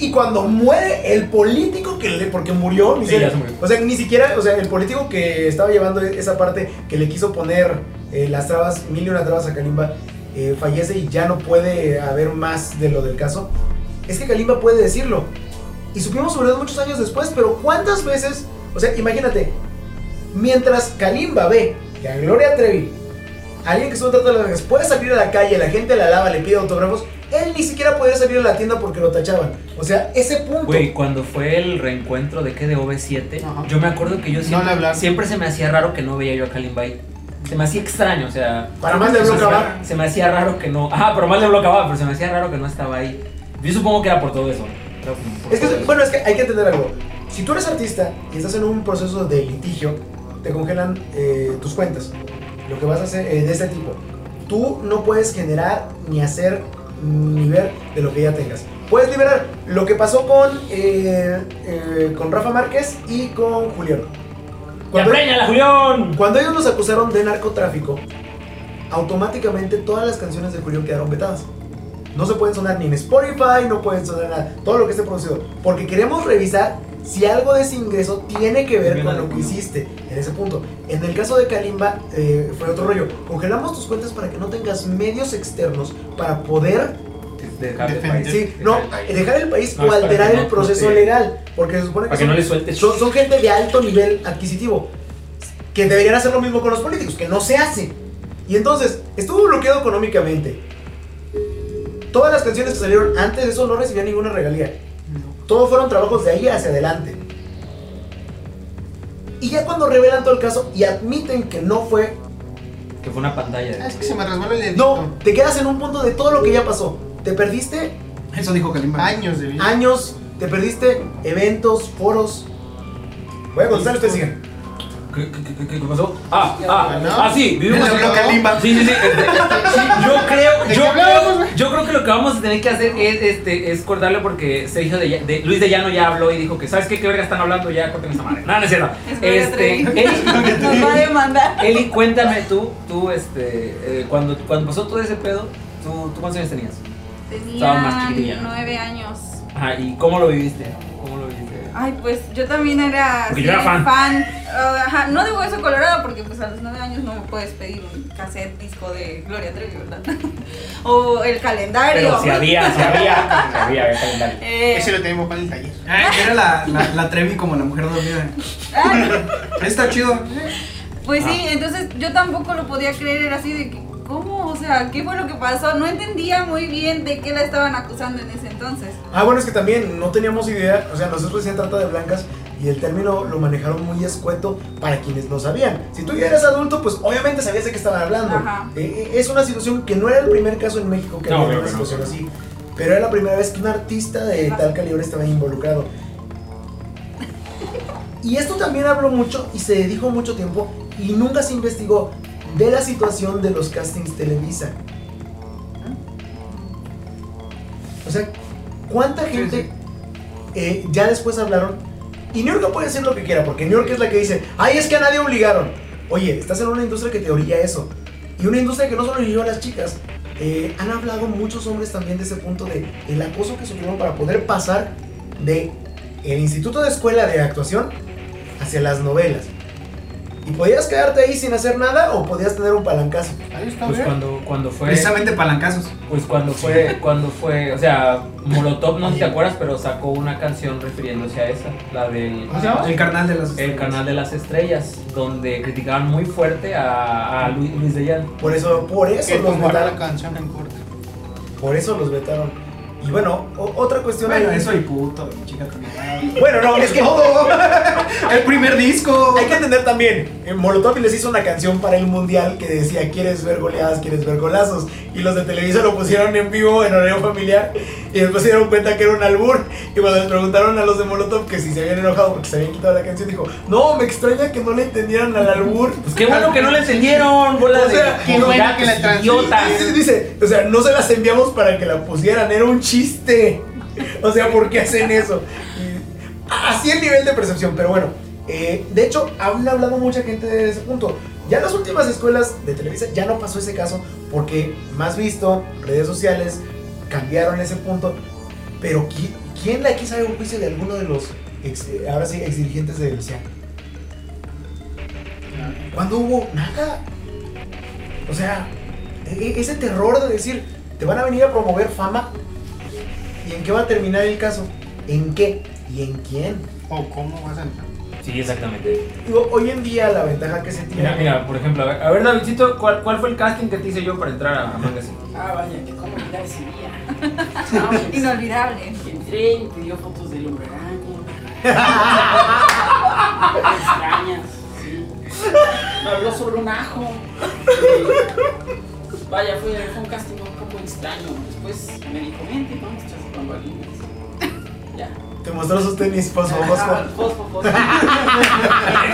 Speaker 1: y cuando muere el político que le porque murió, ni
Speaker 3: Sí,
Speaker 1: siquiera-
Speaker 3: ya se murió.
Speaker 1: o sea, ni siquiera, o sea, el político que estaba llevando esa parte que le quiso poner eh, las trabas, mil y una trabas a Kalimba, eh, fallece y ya no puede haber más de lo del caso. Es que Kalimba puede decirlo. Y supimos sobre él muchos años después, pero ¿cuántas veces? O sea, imagínate, mientras Kalimba ve que a Gloria Trevi, alguien que estuvo tratando de las drogas, puede salir a la calle, la gente la alaba, le pide autógrafos, él ni siquiera podía salir a la tienda porque lo tachaban. O sea, ese punto.
Speaker 3: Güey, cuando fue el reencuentro de que de OV7,
Speaker 4: Ajá.
Speaker 3: yo me acuerdo que yo
Speaker 4: le
Speaker 3: siempre,
Speaker 4: hablaron.
Speaker 3: siempre se me hacía raro que no veía yo a Kalimba ahí. Se me hacía extraño, o sea,
Speaker 1: para más de
Speaker 2: Eso es
Speaker 1: bloquear.
Speaker 2: verdad.
Speaker 3: se me hacía raro que no... Ajá, pero más le bloqueaba, pero se me hacía raro que no estaba ahí. Yo supongo que era por todo eso. Era por
Speaker 1: Es que,
Speaker 3: todo eso.
Speaker 1: bueno, es que hay que entender algo. Si tú eres artista y estás en un proceso de litigio, te congelan eh, tus cuentas. Lo que vas a hacer eh, de este tipo. Tú no puedes generar, ni hacer, ni ver de lo que ya tengas. Puedes liberar lo que pasó con, eh, eh, con Rafa Márquez y con Julián.
Speaker 3: ¡Ya
Speaker 1: Cuando-
Speaker 3: préñala, Julián!
Speaker 1: cuando ellos los acusaron de narcotráfico, automáticamente todas las canciones de Julio quedaron vetadas. No se pueden sonar ni en Spotify, no pueden sonar nada, todo lo que esté producido. Porque queremos revisar si algo de ese ingreso tiene que ver
Speaker 3: Bien,
Speaker 1: con lo
Speaker 3: alguno.
Speaker 1: que hiciste en ese punto. En el caso de Kalimba eh, fue otro rollo. Congelamos tus cuentas para que no tengas medios externos para poder
Speaker 3: Dejar el
Speaker 4: Defender.
Speaker 3: país.
Speaker 1: sí, no,
Speaker 4: el país.
Speaker 1: dejar el país
Speaker 3: No,
Speaker 1: o
Speaker 3: es para
Speaker 1: alterar
Speaker 3: que no-
Speaker 1: el
Speaker 3: no
Speaker 1: proceso
Speaker 3: te-
Speaker 1: legal. Porque se supone que,
Speaker 3: Para que
Speaker 1: son-
Speaker 3: no le sueltes.
Speaker 1: son, son gente de alto nivel adquisitivo que deberían hacer lo mismo con los políticos, que no se hace. Y entonces, estuvo bloqueado económicamente. Todas las canciones que salieron antes de eso no recibían ninguna regalía. Todos fueron trabajos de ahí hacia adelante. Y ya cuando revelan todo el caso y admiten que no fue,
Speaker 3: Que fue una pantalla.
Speaker 4: Ah, es que se me resbaló el dedito.
Speaker 1: no, te quedas en un punto de todo lo que ya pasó. Te perdiste
Speaker 2: Eso dijo Kalimba.
Speaker 4: Años de vida.
Speaker 1: años, te perdiste eventos, foros. Voy a contestar, ustedes sigan.
Speaker 3: ¿Qué, qué, qué- qué- qué pasó? Ah, ah,
Speaker 4: ¿no?
Speaker 3: ah, sí,
Speaker 4: Me
Speaker 3: vivimos
Speaker 4: habló
Speaker 3: en-
Speaker 4: Kalimba.
Speaker 3: Sí, sí, sí. este, sí, yo creo,
Speaker 4: ¿De
Speaker 3: yo
Speaker 4: qué hablábamos,
Speaker 3: creo, yo creo que lo que vamos a tener que hacer es, este, es cortarle porque Sergio de, Ya- de- Luis de Llano ya habló y dijo que, ¿sabes qué? ¿Qué verga están hablando? Ya corten esa madre. Nada, no es cierto.
Speaker 5: [LAUGHS] Es Gloria
Speaker 3: Este, [LAUGHS]
Speaker 5: Trevi.
Speaker 3: Eli,
Speaker 5: Nos va a demandar.
Speaker 3: Eli, cuéntame tú, tú, este, eh, cuando, cuando pasó todo ese pedo, ¿tú, tú cuántos años tenías? Estaba más chiquilla,
Speaker 5: Tenía
Speaker 3: ¿no?
Speaker 5: nueve años.
Speaker 3: Ajá, ¿y cómo lo viviste? ¿Cómo lo viviste?
Speaker 5: Ay, pues yo también era,
Speaker 3: Porque yo era
Speaker 5: sí,
Speaker 3: fan.
Speaker 5: Ah, ajá, no de Hueso Colorado porque pues a los nueve años no me puedes pedir un cassette disco de Gloria Trevi, ¿verdad? [LAUGHS] o el calendario.
Speaker 3: Pero si había,
Speaker 5: [LAUGHS]
Speaker 3: si había, si había, dale.
Speaker 5: Eh,
Speaker 4: Ese lo tenemos para el taller.
Speaker 2: Ah, Era la, la, la Trevi como la mujer dormida.
Speaker 5: ay,
Speaker 2: Está chido.
Speaker 5: Pues sí,
Speaker 3: Ah.
Speaker 5: entonces yo tampoco lo podía creer, era así de que, ¿cómo? O sea, ¿qué fue lo que pasó? No entendía muy bien de qué la estaban acusando en ese entonces.
Speaker 1: Ah, bueno, es que también no teníamos idea, o sea, nosotros decían trata de blancas y el término lo manejaron muy escueto para quienes no sabían. Si tú ya eres adulto, pues obviamente sabías de qué estaban hablando.
Speaker 5: Ajá.
Speaker 1: Eh, eh, es una situación que no era el primer caso en México que
Speaker 3: No,
Speaker 1: había
Speaker 3: obvio
Speaker 1: una
Speaker 3: que no.
Speaker 1: situación así, pero era la primera vez que un artista de
Speaker 5: Ajá.
Speaker 1: tal calibre estaba involucrado. Y esto también habló mucho y se dijo mucho tiempo y nunca se investigó de la situación de los castings Televisa. O sea, ¿cuánta
Speaker 2: Sí,
Speaker 1: gente eh, ya después hablaron? Y New York puede decir lo que quiera, porque New York es la que dice, ay, es que a nadie obligaron. Oye, estás en una industria que te orilla eso. Y una industria que no solo orilló a las chicas. Eh, han hablado muchos hombres también de ese punto de el acoso que sufrieron para poder pasar de el instituto de escuela de actuación hacia las novelas. Y podías quedarte ahí sin hacer nada o podías tener un palancazo.
Speaker 4: Ahí está, ¿eh?
Speaker 3: Pues
Speaker 4: mira.
Speaker 3: cuando, cuando fue.
Speaker 2: Precisamente palancazos.
Speaker 3: Pues cuando fue. Cuando fue. O sea, Molotov, no sé si te acuerdas, pero sacó una canción refiriéndose a esa. La del. ¿Cómo se llama?
Speaker 2: El carnal de las.
Speaker 3: El canal de las estrellas, donde criticaban muy fuerte a, a Luis, Luis de Llano.
Speaker 1: Por eso, por eso
Speaker 4: Que
Speaker 1: los
Speaker 4: nos guarda la
Speaker 1: vetaron.
Speaker 4: canción en corto.
Speaker 1: Por eso los vetaron. Y bueno, o- otra cuestión.
Speaker 2: Bueno,
Speaker 1: ahí-
Speaker 2: eso y puto, y chica también.
Speaker 1: Bueno, no, es que
Speaker 2: El primer disco.
Speaker 1: Hay que entender también, eh, Molotov les hizo una canción para el mundial que decía quieres ver goleadas, quieres ver golazos y los de Televisa lo pusieron en vivo en horario familiar y después se dieron cuenta que era un albur y cuando les preguntaron a los de Molotov que si se habían enojado porque se habían quitado la canción dijo no, me extraña que no le entendieran al albur
Speaker 3: Pues qué bueno que no le entendieron, bola
Speaker 1: O sea,
Speaker 3: de
Speaker 4: qué bueno
Speaker 3: gatos
Speaker 4: que la transmitiste.
Speaker 1: Dice,
Speaker 3: idiotas.
Speaker 1: dice, o sea, no se las enviamos para que la pusieran, era un chiste. O sea, ¿por qué hacen eso? Y Así el nivel de percepción, pero bueno. eh, de hecho, han hablado mucha gente de ese punto. Ya en las últimas escuelas de Televisa ya no pasó ese caso porque más visto, redes sociales cambiaron ese punto. Pero ¿qui- ¿quién le aquí sabe un juicio de alguno de los ex- eh, ahora sí, ex dirigentes de Televisa? ¿Cuándo hubo? Nada. O sea, e- e- ese terror de decir, te van a venir a promover fama. ¿Y en qué va a terminar el caso? ¿En qué? ¿Y en quién?
Speaker 4: O cómo vas a entrar.
Speaker 3: Sí, exactamente.
Speaker 1: Digo, hoy en día la ventaja que se tiene.
Speaker 3: Mira, mira, por ejemplo, a ver, a ver, Davidcito, ¿cuál, ¿cuál fue el casting que te hice yo para entrar a Mangas?
Speaker 6: Ah, vaya, que cómo olvidar ese día.
Speaker 5: Inolvidable.
Speaker 6: Y entré y te dio fotos del hombre araña. Extrañas, sí. Me habló sobre un ajo. Eh, Vaya, fue, fue un casting un poco extraño. Después me dijo, vente, vamos a echar bambalinas. Ya.
Speaker 1: Te mostró sus tenis, paso a
Speaker 6: Ah,
Speaker 1: paso.
Speaker 6: fosfo, fosfo.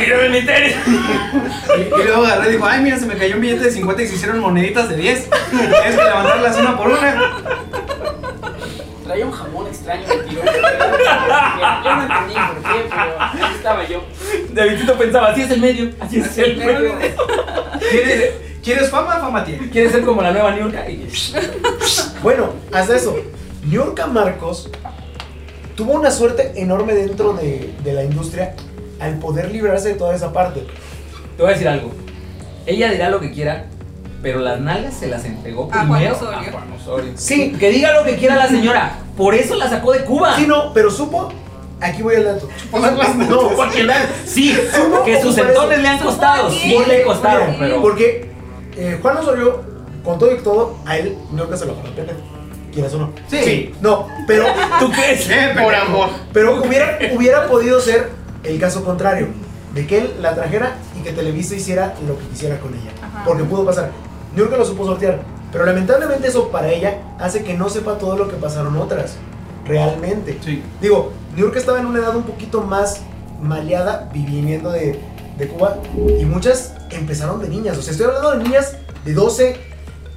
Speaker 2: Y, y luego agarré y dijo, ay, mira, se me cayó un billete de 50 y se hicieron moneditas de 10. Tienes que levantarlas una por una.
Speaker 6: Traía un jamón extraño que tiró. Yo no entendí por qué, pero ahí estaba yo.
Speaker 3: [LAUGHS] Davidcito pensaba, así es el medio, así es [LAUGHS] el medio.
Speaker 2: ¿Quieres, ¿quieres fama? Fama tiene.
Speaker 3: Quiere ser como la nueva New York. Y-
Speaker 1: Bueno, hasta eso. Niurka Marcos tuvo una suerte enorme dentro de, de la industria al poder librarse de toda esa parte.
Speaker 3: Te voy a decir algo. Ella dirá lo que quiera, pero las nalgas se las entregó
Speaker 5: A Juan
Speaker 3: primero
Speaker 5: Osorio.
Speaker 3: a Juan Osorio.
Speaker 1: Sí.
Speaker 3: que diga lo que quiera la señora. Por eso la sacó de Cuba.
Speaker 1: Sí, no, pero supo. Aquí voy al dato.
Speaker 3: [LAUGHS] No, porque la- sí,
Speaker 1: Supo
Speaker 3: que sus
Speaker 1: por eso.
Speaker 3: entones le han costado.
Speaker 5: Sí.
Speaker 3: Sí, le costaron,
Speaker 1: Mira,
Speaker 3: pero.
Speaker 1: Porque eh, Juan Osorio, con todo y todo, a él Niurka se lo ganó. ¿Quieres o no?
Speaker 2: Sí.
Speaker 1: No, pero,
Speaker 3: [LAUGHS] ¿Tú crees?
Speaker 4: Eh, por amor.
Speaker 1: pero hubiera, hubiera podido ser el caso contrario. De que él la trajera y que Televisa hiciera lo que quisiera con ella.
Speaker 5: Ajá.
Speaker 1: Porque pudo pasar. Niurka lo supo sortear. Pero lamentablemente eso para ella hace que no sepa todo lo que pasaron otras. Realmente.
Speaker 2: Sí.
Speaker 1: Digo, New York estaba en una edad un poquito más maleada viviendo de, de Cuba y muchas empezaron de niñas. O sea, estoy hablando de niñas de 12,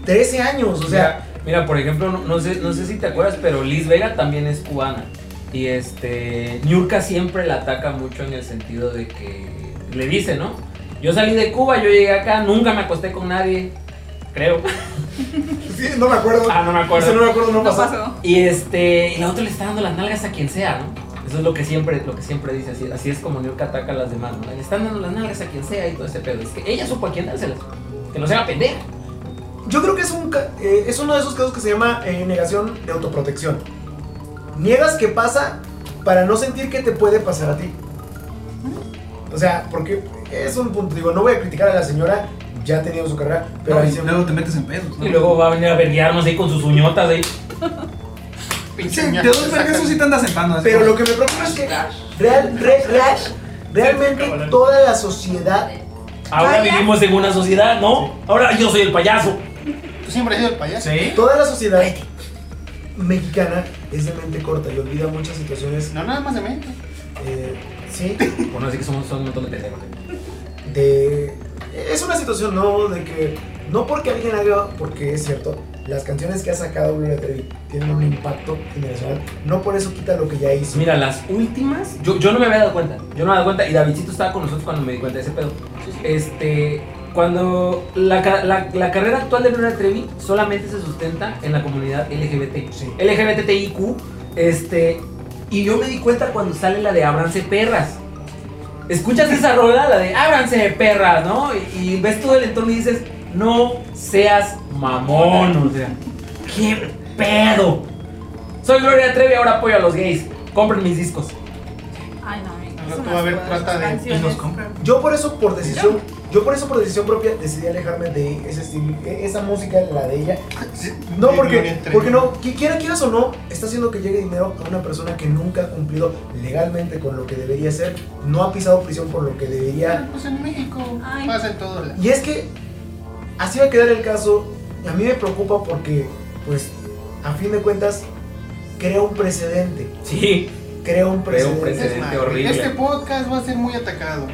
Speaker 1: 13 años. O sea,
Speaker 3: mira, mira, por ejemplo, no, no sé, no sé si te acuerdas, pero Liz Vega también es cubana. Y este. Niurka siempre la ataca mucho en el sentido de que. Le dice, ¿no? Yo salí de Cuba, yo llegué acá, nunca me acosté con nadie. Creo.
Speaker 1: sí, no me acuerdo.
Speaker 3: Ah, no me acuerdo.
Speaker 1: Eso no me acuerdo, no,
Speaker 5: No
Speaker 1: pasó.
Speaker 5: pasó.
Speaker 3: Y este, y la otra le está dando las nalgas a quien sea, ¿no? Eso es lo que siempre, lo que siempre dice, así, así es como Niurka ataca a las demás, ¿no? Le están dando las nalgas a quien sea y todo ese pedo. Es que ella supo a quién dárselas. Que no sea pendeja.
Speaker 1: Yo creo que es, un, ca- eh, es uno de esos casos que se llama eh, negación de autoprotección. Niegas que pasa para no sentir que te puede pasar a ti. O sea, porque es un punto. Digo, no voy a criticar a la señora, ya ha tenido su carrera, pero
Speaker 2: No,
Speaker 1: ahí
Speaker 2: y
Speaker 1: se-
Speaker 2: luego te metes en pedos. ¿no?
Speaker 3: Y luego va a venir a verguiarnos ahí con sus uñotas ahí.
Speaker 2: Sí, de dos vergas sí te andas sentando. así
Speaker 1: Pero
Speaker 2: como-
Speaker 1: lo que me preocupa es que real- re- real- realmente toda la sociedad
Speaker 3: Ahora
Speaker 5: Vaya.
Speaker 3: vivimos en una sociedad, ¿no? Ahora yo soy el payaso.
Speaker 4: Tú siempre has sido el payaso.
Speaker 2: Sí.
Speaker 1: toda la sociedad mexicana es de mente corta y olvida muchas situaciones
Speaker 4: No, nada más de mente.
Speaker 1: eh, Sí.
Speaker 3: Por no decir que somos, son un montón de pendejos. ¿eh?
Speaker 1: de- es una situación no de que no porque alguien haga porque es cierto las canciones que ha sacado Gloria Trevi tienen un impacto generacional no por eso quita lo que ya hizo
Speaker 3: Pues Mira, las últimas, yo, yo no me había dado cuenta. Yo no me había dado cuenta. Y Davidcito estaba con nosotros cuando me di cuenta de ese pedo. Este, cuando la, ca- la- la carrera actual de Gloria Trevi solamente se sustenta en la comunidad LGBT.
Speaker 1: Sí.
Speaker 3: LGBTIQ. Este, y yo me di cuenta cuando sale la de Abranse Perras. Escuchas esa rola, la de Ábranse Perras, ¿no? Y, y ves todo el entorno y dices, no seas mamón, o sea, ¿qué pedo? Soy Gloria Trevi, ahora apoyo a los gays. Compren mis discos.
Speaker 5: Ay, no, amigo,
Speaker 4: Ahora
Speaker 5: es
Speaker 4: tú
Speaker 5: unas
Speaker 4: a ver,
Speaker 5: cosas,
Speaker 4: trata de-
Speaker 5: canciones.
Speaker 2: nos compran.
Speaker 1: yo por eso por decisión yo por eso por decisión propia decidí alejarme de ese estilo e- esa música la de ella no
Speaker 4: De
Speaker 1: porque
Speaker 4: Gloria Trevi.
Speaker 1: porque no qui- quiera quieras o no está haciendo que llegue dinero a una persona que nunca ha cumplido legalmente con lo que debería ser no ha pisado prisión por lo que debería
Speaker 4: Pues en México
Speaker 5: Ay.
Speaker 4: pasa en todo lado.
Speaker 1: Y es que así va a quedar el caso. y A mí me preocupa porque, pues, a fin de cuentas, crea un precedente.
Speaker 3: Sí.
Speaker 1: Crea un
Speaker 3: Crea un
Speaker 1: precedente.
Speaker 3: precedente.
Speaker 4: Es más,
Speaker 3: horrible.
Speaker 4: Este podcast va a ser muy atacado.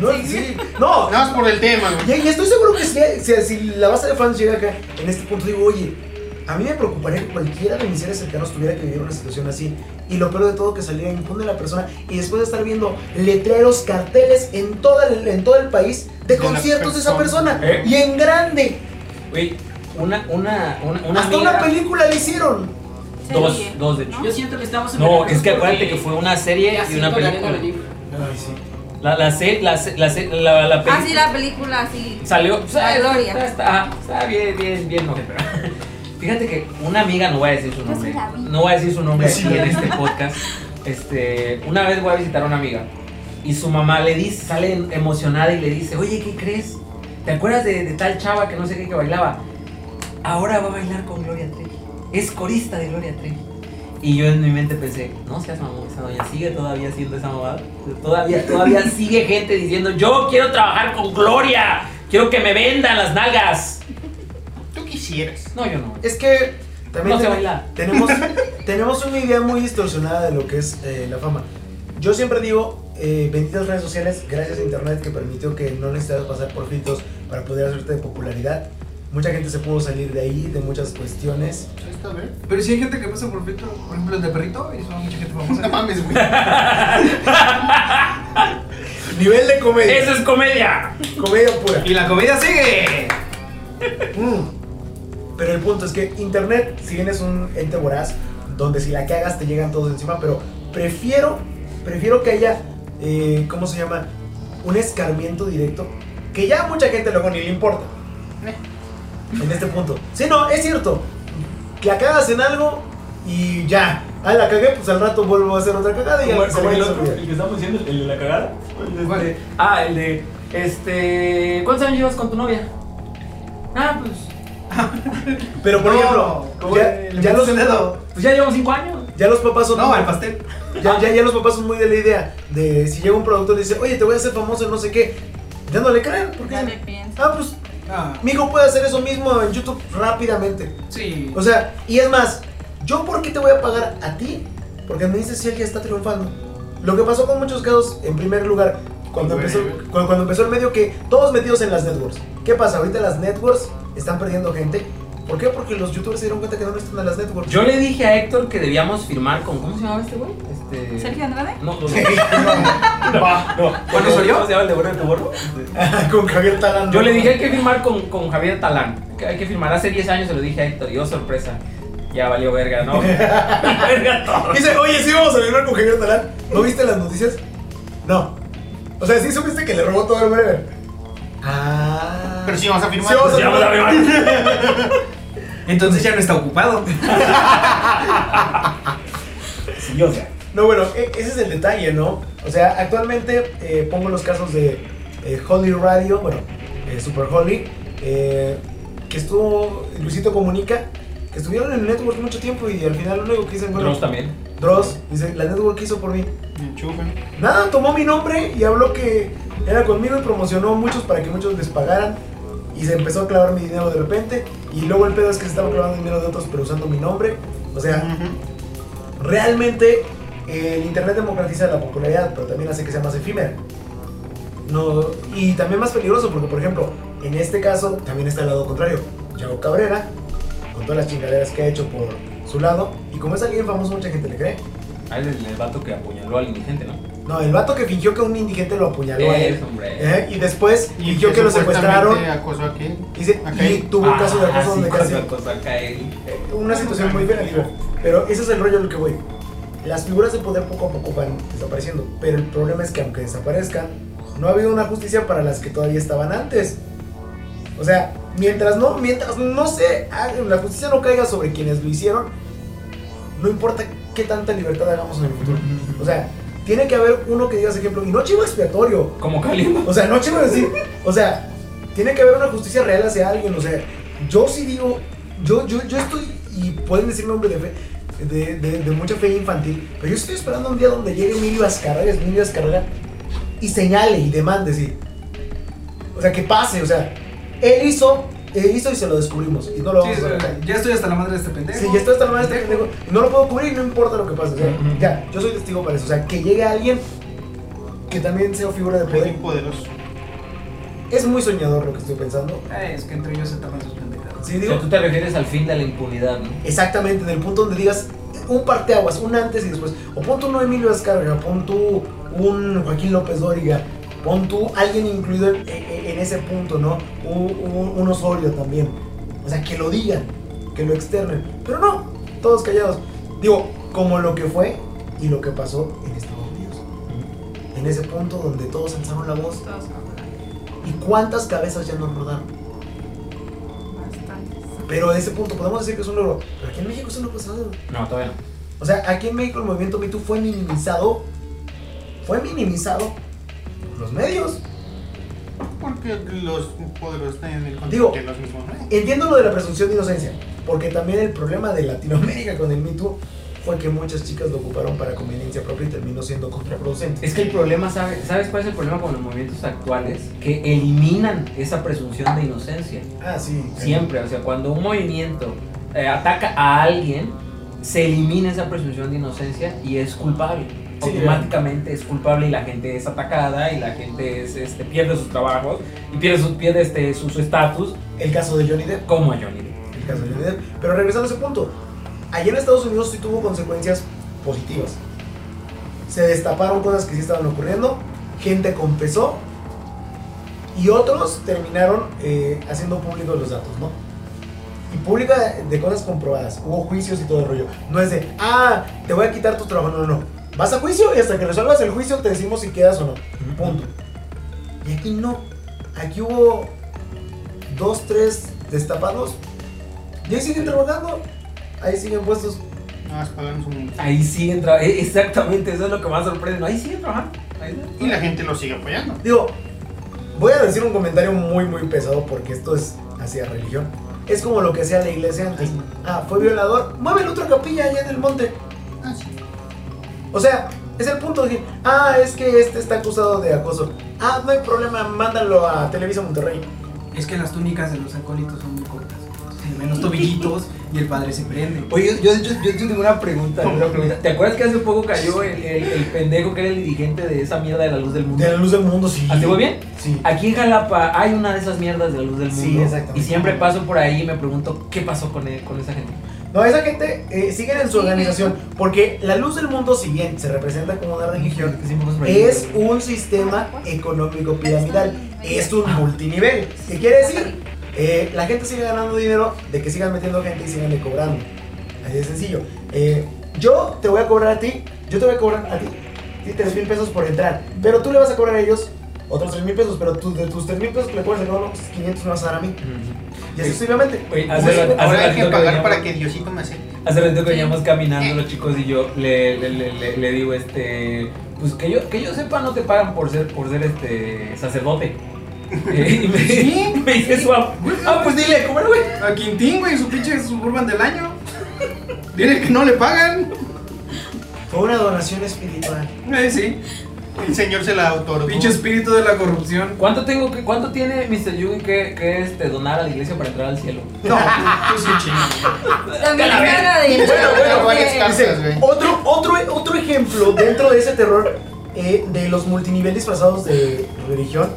Speaker 1: No, sí, no.
Speaker 4: Nada más por el tema, güey.
Speaker 1: Y, y estoy seguro que si, si- si la base de fans llega acá, en este punto digo, oye, a mí me preocuparía que cualquiera de mis seres cercanos tuviera que vivir una situación así. Y lo peor de todo que saliera impune la persona y después de estar viendo letreros, carteles en, toda el- en todo el país de,
Speaker 4: De la
Speaker 1: conciertos de esa
Speaker 4: persona.
Speaker 3: ¿Eh?
Speaker 1: persona. Y en grande.
Speaker 3: Güey, una, una, una, una
Speaker 1: Hasta
Speaker 3: amiga-
Speaker 1: una película le hicieron.
Speaker 5: Serie,
Speaker 3: Dos, dos de hecho.
Speaker 5: ¿no?
Speaker 6: Yo siento que estamos en
Speaker 3: No,
Speaker 6: Veracruz
Speaker 3: es que acuérdate
Speaker 6: porque
Speaker 3: que fue una serie
Speaker 6: ya
Speaker 3: y una
Speaker 6: siento la arena
Speaker 3: película.
Speaker 6: venir.
Speaker 1: Ay, sí.
Speaker 3: La, la, se- la, se- la, se- la, la película.
Speaker 5: Ah, sí, la película, sí.
Speaker 3: Salió. o sea,
Speaker 5: La Gloria.
Speaker 3: Está, está, está bien, bien, bien, no, pero- [LAUGHS] Fíjate que una amiga, no voy a decir su
Speaker 5: Yo
Speaker 3: nombre.
Speaker 5: sí la vi.
Speaker 3: No voy a decir su nombre
Speaker 1: Sí,
Speaker 3: aquí
Speaker 1: la
Speaker 3: en
Speaker 1: vi.
Speaker 3: este podcast. Este, una vez voy a visitar a una amiga y su mamá le dice, sale emocionada y le dice, oye, ¿qué crees? ¿Te acuerdas de, de tal chava que no sé qué que bailaba? Ahora va a bailar con Gloria Trevi. Es corista de Gloria Trevi. Y yo en mi mente pensé, no seas mamón, esa doña sigue todavía haciendo esa mamada. Todavía, todavía sigue gente diciendo, yo quiero trabajar con Gloria. Quiero que me vendan las nalgas.
Speaker 4: Tú quisieras.
Speaker 3: No, yo no.
Speaker 1: Es que
Speaker 3: No
Speaker 1: también
Speaker 3: sé
Speaker 1: ten-
Speaker 3: bailar.
Speaker 1: tenemos, tenemos una idea muy distorsionada de lo que es eh, la fama. Yo siempre digo, eh, benditas redes sociales, gracias a internet que permitió que no necesitas pasar por filtros para poder hacerte de popularidad. Mucha gente se pudo salir de ahí, de muchas cuestiones.
Speaker 4: Esta vez.
Speaker 2: Pero si hay gente que pasa por filtro, por ejemplo el de perrito, y son mucha gente famosa.
Speaker 4: No mames, güey.
Speaker 1: Nivel de comedia.
Speaker 3: Eso es comedia.
Speaker 1: Comedia pura.
Speaker 2: Y la comida sigue.
Speaker 1: Mm. Pero el punto es que Internet, si bien es un ente voraz, donde si la cagas te llegan todos encima, pero prefiero, prefiero que haya, eh, ¿cómo se llama? Un escarmiento directo, que ya a mucha gente luego ni le importa. En este punto. Sí, no, es cierto. La cagas en algo y ya. Ah, la cagué, pues al rato vuelvo a hacer otra cagada y ya se me olvida.
Speaker 3: que estamos diciendo, el de la cagada.
Speaker 1: Pues,
Speaker 3: Ah, el de. Este. ¿Cuántos años llevas con tu novia? Ah, pues.
Speaker 1: Pero por
Speaker 2: No,
Speaker 1: ejemplo,
Speaker 2: como
Speaker 1: ya,
Speaker 2: el
Speaker 1: ya los,
Speaker 2: dedo.
Speaker 3: Pues ya llevamos cinco años.
Speaker 1: ya los papás son
Speaker 2: No, al pastel.
Speaker 1: Ya, ya, ya los papás son muy de la idea de si llega un productor y dice, oye, te voy a hacer famoso en no sé qué, ya no le creen. Porque
Speaker 5: Ya le
Speaker 1: dicen,
Speaker 5: pienso.
Speaker 1: ah, pues
Speaker 2: Ah,
Speaker 1: mi hijo puede hacer eso mismo en YouTube rápidamente.
Speaker 2: sí.
Speaker 1: O sea, y es más, ¿yo por qué te voy a pagar a ti? Porque me dices si él ya está triunfando. Lo que pasó con muchos casos, en primer lugar, cuando,
Speaker 4: Con
Speaker 1: empezó,
Speaker 4: Webber.
Speaker 1: cu- cuando, empezó el medio, que todos metidos en las networks. ¿Qué pasa? Ahorita las networks están perdiendo gente. ¿Por qué? Porque los youtubers se dieron cuenta que no están en las networks.
Speaker 3: Yo le dije a Héctor que debíamos firmar con. ¿Cómo se llamaba este güey? Este.
Speaker 5: ¿Sergio Andrade?
Speaker 3: No, no, no. [LAUGHS] no.
Speaker 2: ¿Juan Osorio?
Speaker 3: ¿Cómo se llama el de Borre de Borro?
Speaker 1: Ah, con Javier Talán.
Speaker 3: Yo le dije hay que firmar con, con Javier Talán. Que hay que firmar. Hace 10 años se lo dije a Héctor. Y yo, sorpresa. Ya valió verga, [LAUGHS] ¿no? verga todo.
Speaker 1: Dice, oye, sí vamos a vibrar con Javier Talán. ¿No viste las noticias? No. O sea, sí supiste que le robó todo el breve. Ah.
Speaker 4: Pero si vamos a firmar.
Speaker 1: Sí, vamos
Speaker 3: Pues ya vamos a firmar.
Speaker 2: Entonces ya no está ocupado.
Speaker 3: Sí, o sea.
Speaker 1: No, bueno, e- ese es el detalle, ¿no? O sea, actualmente eh, pongo los casos de eh, Holly Radio, bueno, eh, Super Holly, eh, que estuvo Luisito Comunica, que estuvieron en Network mucho tiempo y al final lo único que dicen, bueno,
Speaker 3: Dross también.
Speaker 1: Dross, dice, la Network hizo por mí.
Speaker 4: Enchufen.
Speaker 1: Nada, tomó mi nombre y habló que era conmigo y promocionó a muchos para que muchos les pagaran. Y se empezó a clavar mi dinero de repente. Y luego el pedo es que se estaba clavando dinero de otros pero usando mi nombre. O sea, realmente eh, el Internet democratiza la popularidad, pero también hace que sea más efímera. No, y también más peligroso, porque por ejemplo, en este caso también está el lado contrario. Chavo Cabrera, con todas las chingaderas que ha hecho por su lado, y como es alguien famoso, mucha gente le cree.
Speaker 3: Ah, es el, el vato que apuñaló al indigente, ¿no?
Speaker 1: No, el vato que fingió que un indigente lo apuñaló a
Speaker 3: Eh,
Speaker 1: él.
Speaker 3: hombre.
Speaker 1: ¿eh? Y después fingió que, lo secuestraron.
Speaker 4: supuestamente acosó a aquel.
Speaker 1: Y, se-
Speaker 4: Ok.
Speaker 1: y tuvo un caso de
Speaker 3: Ah,
Speaker 1: acoso
Speaker 3: sí,
Speaker 1: donde casi.
Speaker 3: cuando acosó a Kaeli.
Speaker 1: eh, Una situación muy fea, digo. Pero ese es el rollo en el que voy. Las figuras de poder poco a poco van desapareciendo. Pero el problema es que aunque desaparezcan, no ha habido una justicia para las que todavía estaban antes. O sea, mientras no, mientras no se haga- la justicia no caiga sobre quienes lo hicieron, no importa qué tanta libertad hagamos en el futuro. O sea, tiene que haber uno que diga ese ejemplo. Y no chivo expiatorio.
Speaker 3: Como Kalimba.
Speaker 1: O sea, no chido decir. O sea, tiene que haber una justicia real hacia alguien. O sea, yo sí digo. Yo, yo, yo estoy. Y pueden decirme hombre de fe. De, de- de mucha fe infantil. Pero yo estoy esperando un día donde llegue Emilio Azcárraga, Emilio Azcárraga, y señale y demande, sí. O sea, que pase, o sea, él hizo, él hizo y se lo descubrimos. Y no lo
Speaker 2: Sí,
Speaker 1: vamos a ver.
Speaker 2: sí, ya estoy hasta la madre de este pendejo.
Speaker 1: Sí, ya estoy hasta la madre de este pendejo. No lo puedo cubrir, no importa lo que pase. o sea,
Speaker 3: Ujú.
Speaker 1: ya, yo soy testigo para eso. O sea, que llegue alguien que también sea figura de poder.
Speaker 4: Muy poderoso.
Speaker 1: Es muy soñador lo que estoy pensando.
Speaker 2: Ay, Eh, es que entre ellos se tapan sus pendejadas.
Speaker 1: Sí,
Speaker 3: O sea,
Speaker 1: digo,
Speaker 3: tú te refieres al fin de la impunidad, ¿no?
Speaker 1: exactamente, en el punto donde digas un parteaguas, un antes y después. O pon tú un Emilio Azcárraga, pon tú un Joaquín López Dóriga, pon tú alguien incluido en, en- en ese punto, ¿no? Un, un- un Osorio también. O sea, que lo digan, que lo externen. Pero no, todos callados. Digo, como lo que fue y lo que pasó en Estados Unidos. En ese punto donde todos alzaron la voz.
Speaker 5: Todos son
Speaker 1: ¿Y cuántas cabezas ya nos rodaron?
Speaker 5: bastantes.
Speaker 1: Pero a ese punto podemos decir que es un logro. Pero aquí en México eso no ha pasado.
Speaker 3: No, todavía
Speaker 1: O sea, aquí en México el movimiento Me Too fue minimizado. Fue minimizado por los medios.
Speaker 4: Porque los poderosos tienen el control
Speaker 1: Digo,
Speaker 4: que los mismos no hay.
Speaker 1: Entiendo lo de la presunción de inocencia. Porque también el problema de Latinoamérica con el Me Too fue que muchas chicas lo ocuparon para conveniencia propia y terminó siendo contraproducente.
Speaker 3: Es que el problema, ¿sabes, ¿sabes cuál es el problema con los movimientos actuales? Que eliminan esa presunción de inocencia.
Speaker 1: Ah, sí.
Speaker 3: Siempre, o sea, cuando un movimiento eh, ataca a alguien, se elimina esa presunción de inocencia y es culpable.
Speaker 1: Sí,
Speaker 3: Automáticamente es culpable y la gente es atacada y la gente es, este, pierde sus trabajos y pierde su pierde este, su su estatus
Speaker 1: El caso de Johnny Depp.
Speaker 3: como Johnny Depp.
Speaker 1: El caso de Johnny Depp. Pero regresando a ese punto. Allá en Estados Unidos sí tuvo consecuencias positivas. Se destaparon cosas que sí estaban ocurriendo. Gente confesó. Y otros terminaron eh, haciendo públicos los datos, ¿no? Y pública de- de cosas comprobadas. Hubo juicios y todo el rollo. No es de, ah, te voy a quitar tu trabajo. No, no, no. Vas a juicio y hasta que resuelvas el juicio te decimos si quedas o no. Punto. Y aquí no. Aquí hubo dos, tres destapados. Y ahí siguen trabajando. Ahí siguen puestos.
Speaker 4: Nada más pagamos un multa.
Speaker 3: Ahí siguen trabajando. Exactamente, eso es lo que más sorprende. ¿no? Ahí siguen trabajando. Ahí siguen
Speaker 4: Y la gente lo sigue apoyando.
Speaker 1: Digo, voy a decir un comentario muy, muy pesado porque esto es hacia religión. Es como lo que hacía la iglesia antes. Ah, fue violador. Mueve otra capilla allá en el monte.
Speaker 4: Ah, sí.
Speaker 1: O sea, es el punto de decir, ah, es que este está acusado de acoso. Ah, no hay problema, mándalo a Televisa Monterrey.
Speaker 2: Es que las túnicas de los acólitos son muy cortas. Tienen menos tobillitos y el padre se prende.
Speaker 3: Oye, yo, yo, yo tengo una pregunta, una pregunta. ¿Te acuerdas que hace poco cayó el, el- el pendejo que era el dirigente de esa mierda de la luz del mundo?
Speaker 1: De la luz del mundo, sí.
Speaker 3: ¿Así voy ¿Ah, bien?
Speaker 1: Sí.
Speaker 3: Aquí en Jalapa hay una de esas mierdas de la luz del mundo.
Speaker 1: Sí, exactamente.
Speaker 3: Y siempre paso por ahí y me pregunto qué pasó con, él- con esa gente.
Speaker 1: No, esa gente eh, siguen en su organización. Porque la luz del mundo, si bien se representa como una religión,
Speaker 3: Que hicimos por ahí.
Speaker 1: es un sistema económico piramidal. Es un multinivel. ¿Qué quiere decir? Eh, la gente sigue ganando dinero de que sigan metiendo gente y sigan cobrando. Así de sencillo. Eh, yo te voy a cobrar a ti, yo te voy a cobrar a ti, sí, tres mil pesos por entrar. Pero tú le vas a cobrar a ellos otros tres mil pesos, pero tú, de tus tres mil pesos que le cobras a cada uno, 500 me vas a dar a mí.
Speaker 3: Ujú.
Speaker 1: Y así sucesivamente.
Speaker 3: Oye, hace,
Speaker 4: Pues, Ahora-
Speaker 3: rato- hace
Speaker 4: Ahora hay
Speaker 3: ratito
Speaker 4: que pagar
Speaker 3: veníamos-
Speaker 4: para que Diosito me acepte.
Speaker 3: Hace rato que veníamos caminando los chicos y yo le, le, le- le- le digo, este, pues que yo, que yo sepa no te pagan por ser, por ser este [LAUGHS] sacerdote. Eh, y me, [LAUGHS] me dice su ab- Ah, pues dile, comer, güey.
Speaker 2: A Quintín, güey, su pinche suburban del año. Dile que no le pagan.
Speaker 1: Fue una donación espiritual.
Speaker 2: Eh, sí.
Speaker 4: El señor se la otorgó.
Speaker 2: Pinche espíritu de la corrupción.
Speaker 3: ¿Cuánto, tengo que, ¿Cuánto tiene Mr. Yugi que, que este, donar a la iglesia para entrar al cielo?
Speaker 2: No, tú sí chingas.
Speaker 5: También cara de.
Speaker 4: Bueno,
Speaker 5: [LAUGHS]
Speaker 4: bueno, varias
Speaker 5: de-
Speaker 4: cartas,
Speaker 1: Dice,
Speaker 4: güey.
Speaker 1: otro, otro, otro ejemplo dentro de ese terror eh, de los multinivel disfrazados de religión.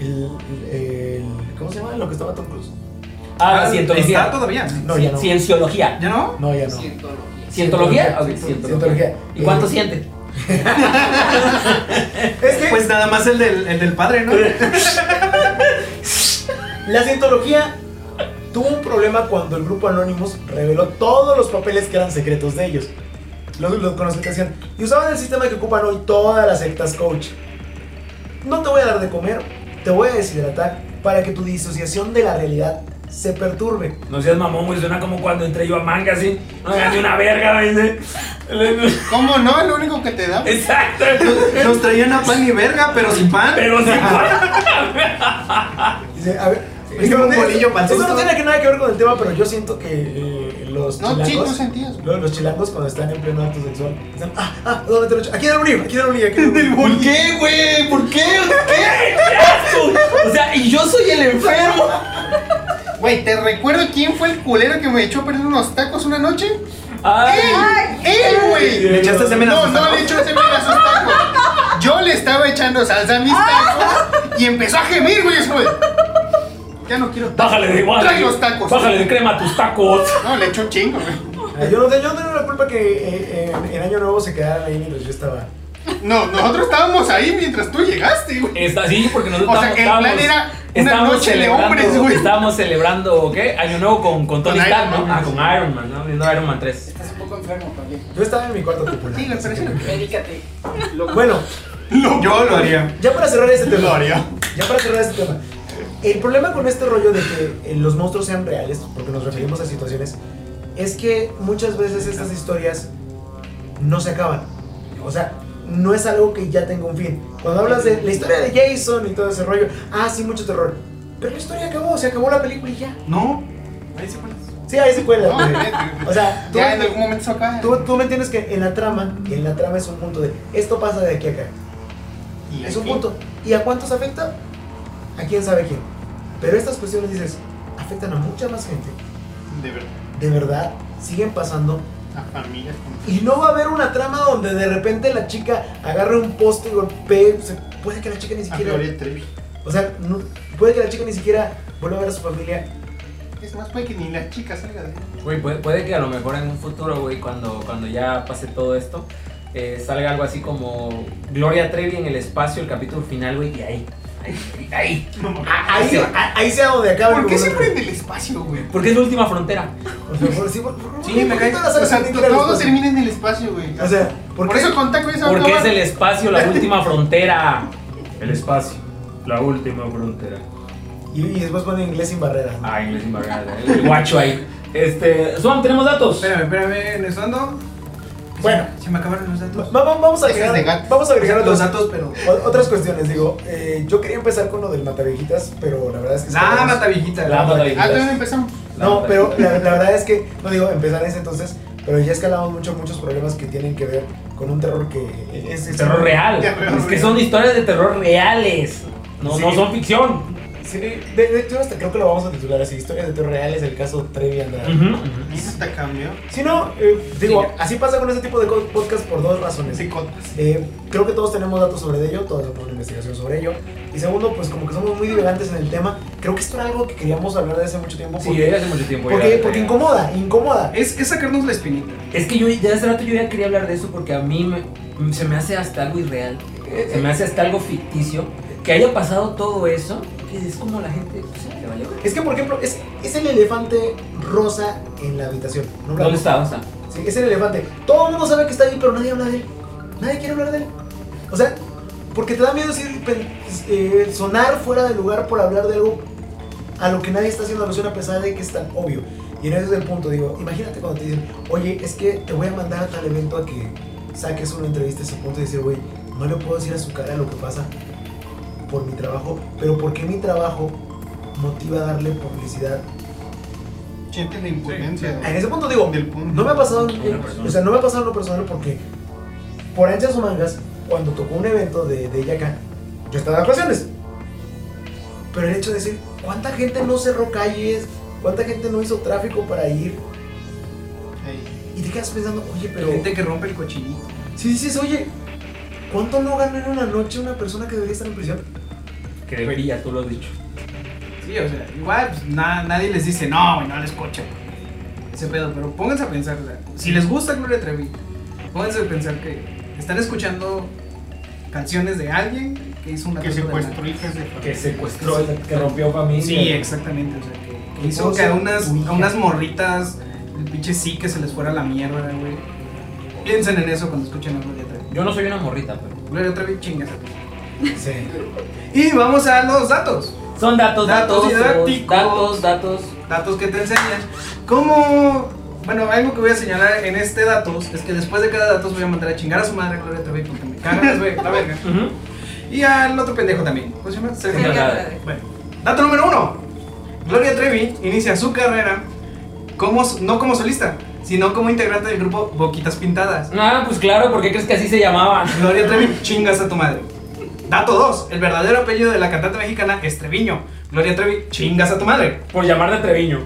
Speaker 1: El, el- ¿Cómo se llama? Lo que estaba Tom Cruise.
Speaker 3: Ah, la
Speaker 2: Está
Speaker 3: cientología.
Speaker 2: todavía.
Speaker 1: No, ya no.
Speaker 3: Cienciología.
Speaker 2: ¿Ya no?
Speaker 1: No, ya no.
Speaker 6: Cientología.
Speaker 3: ¿Cientología? Ok,
Speaker 1: Cientología.
Speaker 3: cientología. ¿Y
Speaker 1: Eh,
Speaker 3: cuánto siente?
Speaker 1: Es que
Speaker 2: Pues nada más el del, el del padre,
Speaker 3: [LAUGHS]
Speaker 2: ¿no?
Speaker 1: la cientología tuvo un problema cuando el grupo Anonymous reveló todos los papeles que eran secretos de ellos. Los, los con los que te hacían. Y usaban el sistema que ocupan hoy todas las sectas coach. No te voy a dar de comer, te voy a deshidratar para que tu disociación de la realidad se perturbe.
Speaker 3: No seas mamón, güey. Suena como cuando entré yo a manga, así. No gané una verga, [LAUGHS] dice.
Speaker 4: ¿Cómo no? Lo único que te da.
Speaker 3: Exacto.
Speaker 2: Nos traían a pan y verga, pero sin pan.
Speaker 3: Pero sí,
Speaker 1: Dice, a ver.
Speaker 2: Es como un
Speaker 1: esto-
Speaker 2: bolillo para el
Speaker 1: Esto no
Speaker 2: susto.
Speaker 1: tiene que nada que ver con el tema, pero yo siento que eh, los
Speaker 4: No, sí,
Speaker 1: chilangos.
Speaker 4: no sentías. güey.
Speaker 1: Luego los chilangos cuando están en pleno acto sexual están, ah, ah, ¿dónde te lo echo? Aquí en el bolillo, aquí en el bolillo, aquí
Speaker 4: [LAUGHS]
Speaker 1: en el bolillo.
Speaker 4: ¿Por qué, güey? ¿Por qué?
Speaker 3: O sea, y yo soy el enfermo.
Speaker 4: Güey, ¿te recuerdo quién fue el culero que me echó a perder unos tacos una noche? Eh,
Speaker 3: Ay,
Speaker 4: ¡Él! ¡Él, güey!
Speaker 2: Le echaste semen a
Speaker 4: No,
Speaker 2: sus
Speaker 4: no
Speaker 2: tacos.
Speaker 4: le echó semen a sus tacos. Yo le estaba echando salsa a mis tacos y empezó a gemir, güey. eso, güey. Ya no quiero tacos.
Speaker 3: bájale de igual.
Speaker 4: Trae los tacos.
Speaker 3: Bájale de crema a tus tacos.
Speaker 4: No, le echó un chingo, güey.
Speaker 1: Ah, Yo no, te- yo no tengo la culpa que eh, eh, en, en Año Nuevo se quedaran ahí mientras yo estaba.
Speaker 4: No, nosotros estábamos ahí mientras tú llegaste, güey.
Speaker 3: Está sí, porque nosotros
Speaker 4: O sea, que el plan era una noche
Speaker 3: [LAUGHS]
Speaker 4: de hombres, güey.
Speaker 3: Estábamos celebrando, ¿qué? Año nuevo con, con Tony
Speaker 4: Con
Speaker 3: Stark,
Speaker 4: Iron
Speaker 3: ¿no?
Speaker 4: Man,
Speaker 3: Ah,
Speaker 4: sí.
Speaker 3: con Iron Man, ¿no? Viendo Iron Man 3.
Speaker 6: Estás un poco enfermo también.
Speaker 1: Yo estaba en mi cuarto popular.
Speaker 4: Sí, güey, pero sí lo
Speaker 6: Medícate.
Speaker 1: Bueno,
Speaker 2: Yo lo haría.
Speaker 1: ya para cerrar este tema.
Speaker 4: Lo haría.
Speaker 1: Ya para cerrar este tema. El problema con este rollo de que eh, los monstruos sean reales, porque nos referimos a situaciones, es que muchas veces estas historias no se acaban. O sea, no es algo que ya tenga un fin. Cuando hablas de la historia de Jason y todo ese rollo, ah, sí, mucho terror. Pero la historia acabó, se acabó la película y ya.
Speaker 2: No. Ahí se pones.
Speaker 1: Sí, ahí se cuela.
Speaker 4: No,
Speaker 1: güey. o sea, tú,
Speaker 4: Ya en algún momento se acaba.
Speaker 1: tú, tú me entiendes que en la trama, en la trama es un punto de esto pasa de aquí a acá.
Speaker 4: Y
Speaker 1: Es un
Speaker 4: aquí.
Speaker 1: punto. ¿Y a cuántos afecta? A quién sabe quién. Pero estas cuestiones dices, afectan a mucha más gente.
Speaker 4: De verdad.
Speaker 1: De verdad, siguen pasando.
Speaker 4: A familias con-
Speaker 1: Y no va a haber una trama donde de repente la chica agarre un poste y golpee. o sea, puede que la chica ni
Speaker 4: a
Speaker 1: siquiera.
Speaker 4: Gloria Trevi.
Speaker 1: O sea, no- puede que la chica ni siquiera vuelva a ver a su familia.
Speaker 4: Es más, puede que ni las chicas salgan de
Speaker 3: Güey, puede, puede que a lo mejor en un futuro, güey, cuando, cuando ya pase todo esto, eh, salga algo así como Gloria Trevi en el espacio, el capítulo final, güey, y ahí, ahí, ahí.
Speaker 1: A- Ahí, a- ahí sea donde acaba el
Speaker 4: ¿Por qué
Speaker 1: momento.
Speaker 4: siempre en el espacio, güey?
Speaker 3: Porque es la última frontera.
Speaker 1: O sea, por- sí, por- por-
Speaker 3: Sí, me cae.
Speaker 1: todas las
Speaker 4: O
Speaker 1: sagas
Speaker 4: sea,
Speaker 1: tienen que ir al
Speaker 4: todo
Speaker 1: espacio.
Speaker 4: termina en el espacio, güey.
Speaker 1: O sea, ¿por
Speaker 4: por,
Speaker 1: qué?
Speaker 4: eso con Taco esa Ah,
Speaker 3: Porque es el espacio la última frontera. El espacio, la última frontera.
Speaker 1: Y, y después pone inglés sin barreras. ¿no?
Speaker 3: Ah, inglés embargada, el guacho ahí. Este, Swam, tenemos datos.
Speaker 2: Espérame, espérame, en eso ando.
Speaker 1: Bueno.
Speaker 2: Se me acabaron los datos.
Speaker 1: Va- va- vamos a
Speaker 4: Ese es de
Speaker 1: agregar,
Speaker 4: gato.
Speaker 1: vamos a agregar
Speaker 2: los
Speaker 1: otros-
Speaker 2: datos, pero.
Speaker 1: o- otras cuestiones. Digo, eh, yo quería empezar con lo del mataviejitas, pero la verdad es que.
Speaker 2: La mata viejita.
Speaker 3: La mata
Speaker 4: Ah, todavía empezamos.
Speaker 1: No, pero la, la verdad es que, no digo, empezar en ese entonces, pero ya escalamos mucho, muchos problemas que tienen que ver con un terror que es. es-
Speaker 3: terror real.
Speaker 4: Ya, pero-
Speaker 3: Es que son historias de terror reales. No,
Speaker 1: Sí.
Speaker 3: no son ficción.
Speaker 1: Sí, de, de hecho, hasta creo que lo vamos a titular así: Historias de terror reales, el caso Trevi Andrade.
Speaker 3: Ujú.
Speaker 4: Y eso te cambió.
Speaker 1: Si no, eh, digo,
Speaker 6: Sí.
Speaker 1: así pasa con este tipo de co- podcast por dos razones.
Speaker 4: Psicotas.
Speaker 1: Eh, creo que todos tenemos datos sobre ello, todos tenemos una investigación sobre ello. Y segundo, pues como que somos muy divagantes en el tema, creo que esto era algo que queríamos hablar desde hace mucho tiempo.
Speaker 3: Sí,
Speaker 1: porque,
Speaker 3: hace mucho tiempo. ya
Speaker 1: porque,
Speaker 3: la
Speaker 1: porque
Speaker 3: traía.
Speaker 1: incomoda, incomoda.
Speaker 2: Es, es sacarnos la espinita.
Speaker 3: Es que yo ya hace rato yo ya quería hablar de eso porque a mí me- se me hace hasta algo irreal. Se me hace hasta algo ficticio. Que haya pasado todo eso, que es como la gente. pues, ah, le valió.
Speaker 1: Es que, por ejemplo, es, es el elefante rosa en la habitación. ¿no?
Speaker 3: ¿Dónde está? ¿Dónde está?
Speaker 1: Sí, es el elefante. Todo el mundo sabe que está ahí, pero nadie habla de él. Nadie quiere hablar de él. O sea, porque te da miedo decir, pe- eh, sonar fuera de lugar por hablar de algo a lo que nadie está haciendo alusión a pesar de que es tan obvio. Y en ese es el punto, digo, imagínate cuando te dicen, oye, es que te voy a mandar a tal evento a que saques una entrevista a ese punto y decir, güey, no le puedo decir a su cara lo que pasa por mi trabajo, pero porque mi trabajo motiva a darle publicidad
Speaker 4: Siente la impotencia.
Speaker 1: en ese punto digo,
Speaker 4: Del punto.
Speaker 1: no me ha pasado,
Speaker 3: Una persona.
Speaker 1: o sea, no me ha pasado en lo personal porque por anchas o mangas, cuando tocó un evento de, de ella acá, yo estaba de vacaciones. Pero el hecho de decir, ¿cuánta gente no cerró calles? ¿Cuánta gente no hizo tráfico para ir?
Speaker 4: Ey.
Speaker 1: Y te quedas pensando, oye, pero...
Speaker 2: Gente que rompe el cochinito.
Speaker 1: Si dices, oye, ¿cuánto no ganó en una noche una persona que debería estar en prisión?
Speaker 3: Que debería, tú lo has dicho.
Speaker 2: Sí, o sea, igual pues, na- nadie les dice, no, güey, no les coche. güey". Ese pedo, pero pónganse a pensar, o sea, si les gusta Gloria Trevi, pónganse a pensar que están escuchando canciones de alguien que hizo una
Speaker 4: Que
Speaker 2: cosa de
Speaker 4: secuestró
Speaker 2: la-
Speaker 4: hijas de familia.
Speaker 3: Que secuestró, que rompió familia.
Speaker 2: Sí, exactamente, o sea, que, que hizo
Speaker 1: cosa
Speaker 2: que a unas,
Speaker 1: tu hija.
Speaker 2: a unas morritas, el pinche sí que se les fuera la mierda, güey. Piensen en eso cuando escuchen a Gloria Trevi.
Speaker 3: Yo no soy una morrita, pero.
Speaker 2: Gloria Trevi, chingas.
Speaker 1: Sí.
Speaker 2: [LAUGHS] Y vamos a los datos.
Speaker 3: Son datos,
Speaker 2: Datos
Speaker 3: datos, datos,
Speaker 2: didácticos.
Speaker 3: datos, datos.
Speaker 2: datos que te enseñan. Como, bueno, algo que voy a señalar en este datos es que después de cada datos voy a mandar a chingar a su madre a Gloria Trevi porque me cagas, güey, la verga.
Speaker 3: Ujú.
Speaker 2: Y al otro pendejo también. ¿Cómo se llama? Sergio
Speaker 3: Sergio
Speaker 2: Andrade.
Speaker 3: Andrade.
Speaker 2: Bueno, dato número uno. Gloria Trevi inicia su carrera como, no como solista, sino como integrante del grupo Boquitas Pintadas.
Speaker 3: Ah, pues claro, ¿por qué crees que así se llamaba?
Speaker 2: Gloria Trevi, chingas a tu madre. Dato 2. El verdadero apellido de la cantante mexicana es Treviño. Gloria Trevi, chingas a tu madre.
Speaker 3: Por llamarle Treviño.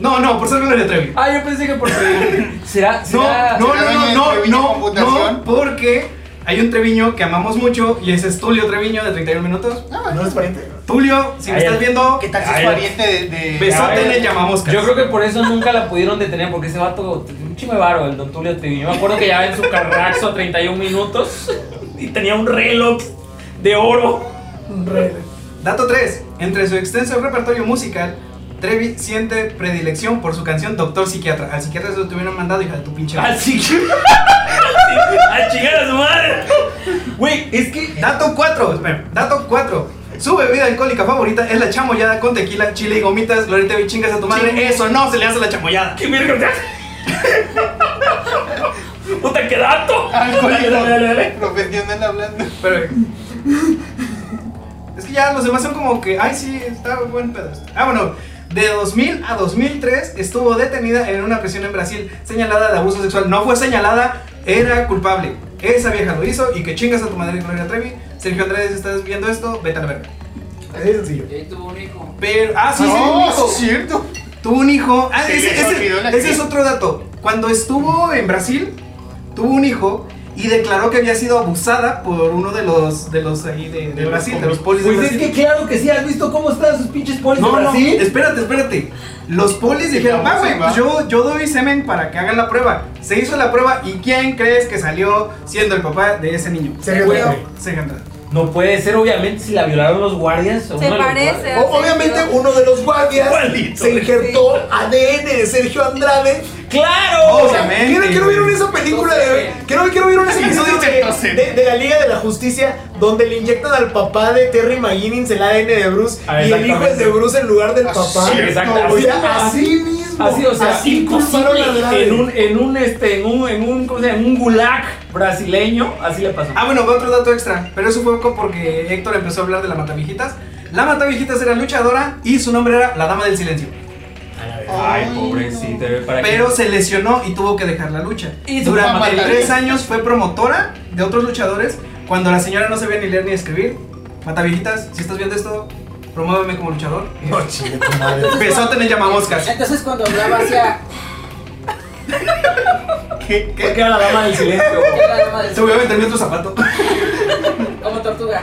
Speaker 2: No, no, por ser Gloria Trevi.
Speaker 3: Ah, yo pensé que por [LAUGHS] Treviño. ¿Será?
Speaker 2: No,
Speaker 3: será-
Speaker 2: no,
Speaker 4: ¿será
Speaker 2: no,
Speaker 4: doña de
Speaker 2: no,
Speaker 4: Treviño
Speaker 2: no, no,
Speaker 4: Computación?
Speaker 2: no, porque hay un Treviño que amamos mucho y ese es Tulio Treviño de 31 minutos.
Speaker 1: ¿No eres pariente?
Speaker 2: Tulio, si me
Speaker 3: Ay,
Speaker 2: estás
Speaker 3: ay.
Speaker 2: viendo,
Speaker 4: ¿Qué tal si
Speaker 3: Ay,
Speaker 4: es pariente de, de-
Speaker 2: Beso.
Speaker 3: Ya,
Speaker 2: besote
Speaker 3: eh,
Speaker 2: le llamamos Cas.
Speaker 3: Yo creo que por eso nunca la pudieron detener, porque ese vato, un chingo de varo, el don Tulio Treviño. Yo me acuerdo que ya en su carraxo 31 minutos y tenía un reloj de oro.
Speaker 1: Un rey.
Speaker 2: dato 3. Entre su extenso repertorio musical, Trevi siente predilección por su canción Doctor Psiquiatra. Al psiquiatra se lo tuvieron mandado, hija de tu pinche. madre.
Speaker 3: [LAUGHS] Así que. A chingar a su madre. Güey, es que.
Speaker 2: Dato 4, espera, dato 4. Su bebida alcohólica favorita es la chamoyada con tequila, chile y gomitas. Gloria Trevi, chingas a tu madre.
Speaker 3: Ching-
Speaker 2: Eso no se le hace la chamoyada.
Speaker 3: ¿Qué mierda te hace? [LAUGHS] Puta, qué dato.
Speaker 4: alcohólico? Profesional hablando.
Speaker 2: Pero. eh, Es que ya los demás son como que. Ay, sí, está buen pedo. Ah, bueno. De 2000 a 2003 estuvo detenida en una prisión en Brasil, señalada de abuso sexual. No fue señalada, era culpable. Esa vieja lo hizo y que chingas a tu madre Gloria Trevi. Sergio Andrés, si estás viendo esto, vete a la verga.
Speaker 1: Así de sencillo.
Speaker 6: Y ahí tuvo un hijo.
Speaker 2: Pero, ah, sí, sí, un
Speaker 4: no, sí
Speaker 2: hijo.
Speaker 4: es cierto.
Speaker 2: Tuvo un hijo. Ah,
Speaker 4: Se
Speaker 2: ese,
Speaker 4: les
Speaker 2: ese-
Speaker 4: olvidó la
Speaker 2: ese es
Speaker 4: actriz.
Speaker 2: otro dato. Cuando estuvo en Brasil, tuvo un hijo y declaró que había sido abusada por uno de los de los ahí de, de
Speaker 4: los
Speaker 2: Brasil, de
Speaker 4: pobres.
Speaker 2: los polis de
Speaker 3: Pues es que
Speaker 2: Brasil.
Speaker 3: claro que sí, has visto cómo están sus pinches polis de
Speaker 2: No, no,
Speaker 3: Brasil?
Speaker 2: espérate, espérate. Los polis dijeron, va,
Speaker 4: vamos,
Speaker 2: güey,
Speaker 4: va.
Speaker 2: pues yo, yo doy semen para que hagan la prueba. Se hizo la prueba y ¿quién crees que salió siendo el papá de ese niño?
Speaker 1: Sergio
Speaker 2: Güey,
Speaker 1: Andrade.
Speaker 2: Sergio Andrade.
Speaker 3: No puede ser, obviamente, si la violaron los guardias. o
Speaker 5: Se
Speaker 3: uno de los
Speaker 5: parece.
Speaker 3: guardias.
Speaker 1: O- obviamente uno de los guardias
Speaker 3: Igualito.
Speaker 1: se injertó ADN de Sergio Andrade.
Speaker 3: ¡Claro!
Speaker 1: O sea,
Speaker 2: Obviamente,
Speaker 1: quiero, quiero ver
Speaker 2: güey.
Speaker 1: esa película de... Quiero, quiero ver un episodio de, de- de la Liga de la Justicia donde le inyectan al papá de Terry McGinnis el ADN de Bruce
Speaker 3: Ah,
Speaker 1: y el hijo es de
Speaker 3: exactamente.
Speaker 1: Bruce en lugar del
Speaker 4: Ah,
Speaker 1: papá.
Speaker 4: sí,
Speaker 1: O
Speaker 3: Exactamente.
Speaker 1: sea, así mismo.
Speaker 3: Así, o sea,
Speaker 1: así
Speaker 3: imposible
Speaker 1: culparon a Andrade.
Speaker 3: en un, en un, este, en un, en un, ¿cómo se llama? En un gulag brasileño, así le pasó.
Speaker 2: Ah, bueno, va otro dato extra, pero eso fue porque Héctor empezó a hablar de la Matavijitas. La Matavijitas era luchadora y su nombre era la Dama del Silencio.
Speaker 3: Ay, pobrecita, para qué?
Speaker 2: Pero se lesionó y tuvo que dejar la lucha.
Speaker 3: Y su mamá
Speaker 2: Durante
Speaker 4: también.
Speaker 2: tres años fue promotora de otros luchadores. Cuando la señora no sabía ni leer ni escribir, Matavijitas, si estás viendo esto, promuéveme como
Speaker 1: [LAUGHS]
Speaker 2: luchador.
Speaker 1: No, chingue Oh, tu madre.
Speaker 2: Besote en el llamamoscas.
Speaker 6: Entonces cuando hablaba hacia
Speaker 4: ¿Qué?
Speaker 3: ¿Por
Speaker 4: ¿Qué?
Speaker 3: qué era la dama del silencio?
Speaker 6: la dama del
Speaker 2: Te voy a meter en tu zapato. [LAUGHS]
Speaker 6: como tortuga.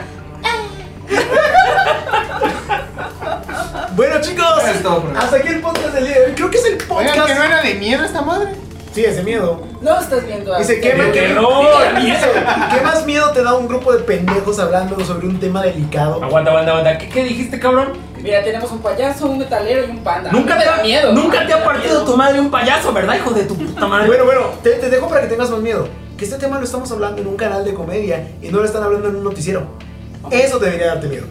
Speaker 1: Bueno, chicos,
Speaker 2: Es todo, bro.
Speaker 1: hasta aquí el podcast del día de hoy. Creo que es el podcast.
Speaker 4: Oigan, que no era de mierda esta madre.
Speaker 1: Sí, ese miedo.
Speaker 6: No estás viendo a
Speaker 1: Y se quema.
Speaker 3: ¡De
Speaker 1: ¿qué-
Speaker 3: terror!
Speaker 1: ¿Qué más miedo te da un grupo de pendejos hablando sobre un tema delicado?
Speaker 3: Aguanta, aguanta, aguanta. ¿Qué, qué dijiste, cabrón?
Speaker 6: Mira, tenemos un payaso, un metalero y un panda.
Speaker 3: Nunca
Speaker 6: No
Speaker 3: te
Speaker 6: da miedo.
Speaker 3: Nunca
Speaker 6: no
Speaker 3: te ha
Speaker 6: da
Speaker 3: partido
Speaker 6: miedo.
Speaker 3: tu madre un payaso, ¿verdad, hijo de tu puta madre?
Speaker 1: Bueno, bueno, te, te dejo para que tengas más miedo. Que este tema lo estamos hablando en un canal de comedia y no lo están hablando en un noticiero. Eso debería darte miedo.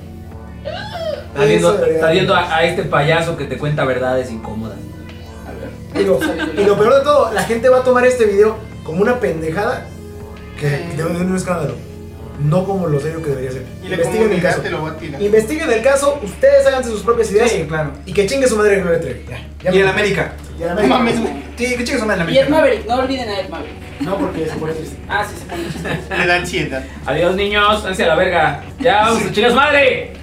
Speaker 3: Estás viendo,
Speaker 1: Eso debería
Speaker 3: estás
Speaker 1: darte
Speaker 3: viendo a, a este payaso que te cuenta verdades incómodas.
Speaker 6: A ver.
Speaker 1: miedo. Y lo, y lo peor de todo, la gente va a tomar este video como una pendejada que
Speaker 6: Sí.
Speaker 1: debe de un escándalo. No como lo serio que debería ser.
Speaker 4: Y la
Speaker 1: Investiguen el caso.
Speaker 4: comunidad te lo va a tirar.
Speaker 1: Investiguen el caso, ustedes háganse sus propias ideas
Speaker 2: Sí, claro.
Speaker 1: y que chingue su madre Gloria Trevi. Ya, ya
Speaker 2: Y en
Speaker 1: me-
Speaker 2: América.
Speaker 1: Y en
Speaker 4: No
Speaker 1: América.
Speaker 4: mames, güey.
Speaker 2: Sí, que chicas son la
Speaker 5: Y Ed
Speaker 2: mexicana.
Speaker 5: Maverick, no olviden a Ed Maverick.
Speaker 7: No, porque se pone triste.
Speaker 5: Ah, sí, se pone chistoso.
Speaker 4: Le da ansiedad.
Speaker 3: Adiós, niños. Ansia la verga. Ya, vamos a chingas madre.